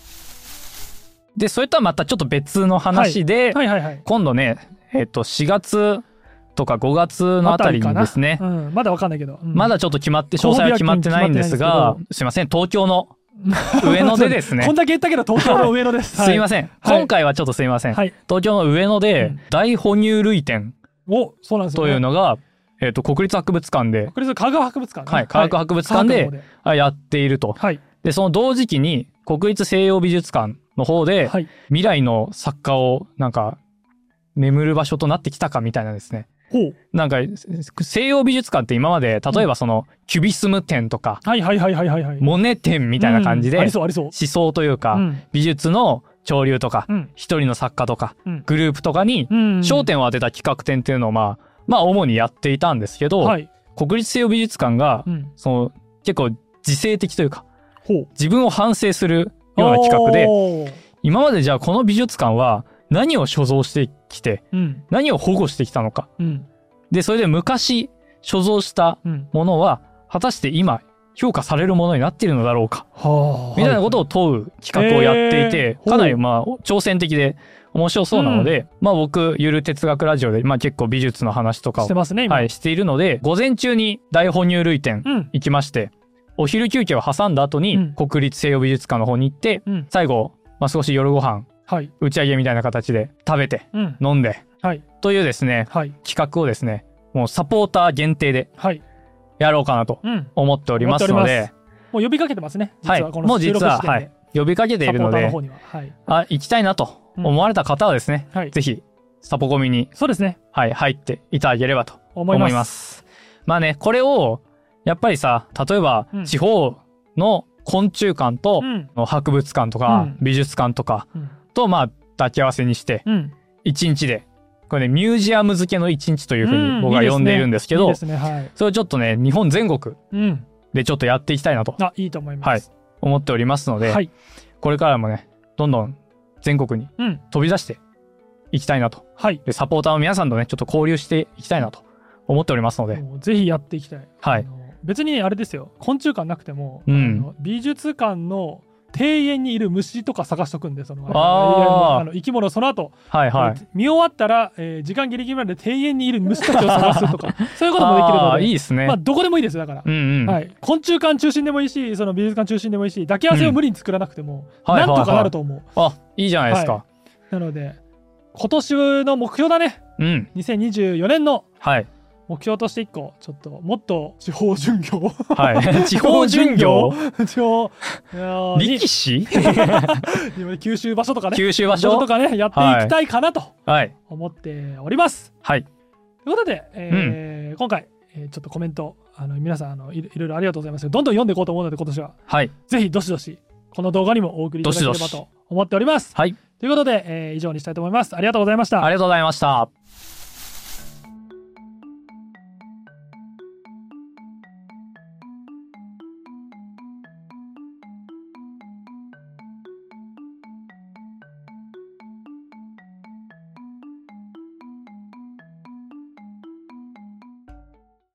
Speaker 1: でそれとはまたちょっと別の話で、
Speaker 2: はいはいはい
Speaker 1: 今度ねえっと4月とか5月のあたりにですね
Speaker 2: かな、うん、まだわかんないけど、うん
Speaker 1: まだちょっと決まって詳細は決まってないんですが
Speaker 2: この
Speaker 1: すいません東京の上野でですね
Speaker 2: こんだけ言ったけど東京の上野 です、
Speaker 1: すいま
Speaker 2: せ
Speaker 1: せん、
Speaker 2: はい
Speaker 1: 今回はちょっとすいません、
Speaker 2: はい
Speaker 1: 東京の上野で、
Speaker 2: うん
Speaker 1: 大哺乳類展
Speaker 2: おそうなんですよ、
Speaker 1: と
Speaker 2: ね、
Speaker 1: いうのが、えっと国立博物館で、
Speaker 2: これ科学博物館ね、
Speaker 1: はい、科学博物館
Speaker 2: 科学の
Speaker 1: で
Speaker 2: 方で
Speaker 1: あやっていると
Speaker 2: はい
Speaker 1: でその同時期に国立西洋美術館の方で、
Speaker 2: はい
Speaker 1: 未来の作家をなんか眠る場所となってきたかみたいなですね
Speaker 2: ほう
Speaker 1: なんか西洋美術館って今まで例えばその、キュビスム展とか
Speaker 2: はいはいはいはいはいはい
Speaker 1: モネ展みたいな感じで、
Speaker 2: うんあり
Speaker 1: 思
Speaker 2: そうありそう
Speaker 1: 想というか、
Speaker 2: うん
Speaker 1: 美術の潮流とか
Speaker 2: うん
Speaker 1: 一、人の作家とか
Speaker 2: うん
Speaker 1: グループとかに
Speaker 2: うん
Speaker 1: 焦点を当てた企画展っていうのをまあまあ主にやっていたんですけど、
Speaker 2: はい
Speaker 1: 国立西洋美術館が
Speaker 2: うん
Speaker 1: その結構自制的というか
Speaker 2: ほう
Speaker 1: 自分を反省するような企画で
Speaker 2: で
Speaker 1: 今までじゃあこの美術館は何を所蔵してきて
Speaker 2: うん
Speaker 1: 何を保護してきたのか
Speaker 2: うん
Speaker 1: でそれで昔所蔵した
Speaker 2: うん
Speaker 1: ものは果たして今評価されるものになっているのだろうか
Speaker 2: はあ
Speaker 1: みたいなことを問う企画をやってい
Speaker 2: へ
Speaker 1: て
Speaker 2: ー
Speaker 1: かなりまあ挑戦的で面白そうなのでまあ僕ゆる哲学ラジオでまあ結構美術の話とか
Speaker 2: し
Speaker 1: を
Speaker 2: てますね今
Speaker 1: はい、しているので午前中に大哺乳類展
Speaker 2: うん
Speaker 1: 行きまして、お昼休憩を挟んだ後
Speaker 2: う
Speaker 1: に
Speaker 2: ん
Speaker 1: 国立西洋美術館の方に行って、
Speaker 2: うん
Speaker 1: 最後、まあ、少し夜ご飯
Speaker 2: はい
Speaker 1: 打ち上げみたいな形で食べて
Speaker 2: うん
Speaker 1: 飲んで
Speaker 2: はい
Speaker 1: というですね
Speaker 2: はい
Speaker 1: 企画をですねもうサポーター限定で
Speaker 2: はい
Speaker 1: やろうかなと
Speaker 2: うん
Speaker 1: 思っておりますので
Speaker 2: もう呼びかけてますね実
Speaker 1: はい
Speaker 2: はこの
Speaker 1: もう
Speaker 2: 収
Speaker 1: 実
Speaker 2: 録
Speaker 1: は、
Speaker 2: 時点
Speaker 1: は
Speaker 2: で
Speaker 1: い、呼びかけてい
Speaker 2: サポ
Speaker 1: るの
Speaker 2: ーター
Speaker 1: で
Speaker 2: の方にははい
Speaker 1: あ行きたいなと思われた方はですね、
Speaker 2: はい
Speaker 1: ぜひサポコミに、
Speaker 2: そうですね
Speaker 1: はい、入っていただければと
Speaker 2: 思います
Speaker 1: 思います。まあね、これを、やっぱりさ、例えば
Speaker 2: う、ん
Speaker 1: 地方の昆虫館と
Speaker 2: う、ん
Speaker 1: 博物館とか
Speaker 2: うん、
Speaker 1: 美術館とか
Speaker 2: うん
Speaker 1: と、まあ、抱き合わせにして、
Speaker 2: うん
Speaker 1: 一日で、これね、ミュージアム付けの一日というふう
Speaker 2: う
Speaker 1: に
Speaker 2: ん
Speaker 1: 僕は呼んでいるんですけ
Speaker 2: いい
Speaker 1: ど
Speaker 2: で、すねはい
Speaker 1: それをちょっとね、日本全国
Speaker 2: うん
Speaker 1: でちょっとやっていきたいなと
Speaker 2: あいいと思います
Speaker 1: 思っておりますので
Speaker 2: は、い
Speaker 1: これからもね、どんどん全国に
Speaker 2: うん
Speaker 1: 飛び出していきたいなと。
Speaker 2: はい
Speaker 1: で、サポーターの皆さんとね、ちょっと交流していきたいなと思っておりますので、
Speaker 2: もうぜひやっていきたい。
Speaker 1: はい
Speaker 2: あの別にあれですよ、昆虫館なくても、
Speaker 1: うん
Speaker 2: あの美術館の庭園にいる虫とか探しとくんで、その
Speaker 1: あー
Speaker 2: あの生き物、その後、
Speaker 1: はいはい。
Speaker 2: 見終わったら、えー時間ギリギリまで庭園にいる虫たちを探す とか、そういうこともできる
Speaker 1: あ
Speaker 2: の
Speaker 1: ー
Speaker 2: で、
Speaker 1: いいですね。
Speaker 2: まあ、どこでもいいですよ、だから。
Speaker 1: うんうん。
Speaker 2: はい、昆虫館中心でもいいしその美術館中心でもいいし抱き合わせを無理に作らなくても、
Speaker 1: うんはい
Speaker 2: なんとかなると思う、
Speaker 1: あ、いいじゃないですか。
Speaker 2: はなので今年の目標だね
Speaker 1: うん。
Speaker 2: 2024年の
Speaker 1: はい。
Speaker 2: 目標として一個ちょっともっと地方巡業 を
Speaker 1: はい。地方巡業
Speaker 2: 地方いやーに
Speaker 1: 力士
Speaker 2: 今九州場所とかね
Speaker 1: 九州場
Speaker 2: 場所
Speaker 1: 所
Speaker 2: とかねやっていきたいかなと
Speaker 1: はい。
Speaker 2: 思っております。
Speaker 1: はい。
Speaker 2: ということで、えー今回、えーちょっとコメントあの皆さんあのいろいろいろありがとうございますどんどん読んでいこうと思うので今年は
Speaker 1: はい。
Speaker 2: ぜひどしどしこの動画にもお送りいただけれ
Speaker 1: ど
Speaker 2: ば
Speaker 1: しどし
Speaker 2: と思っております。
Speaker 1: はい。
Speaker 2: ということで、えー以上にしたいと思います。ありがとうございました
Speaker 1: あ。りがとうございました。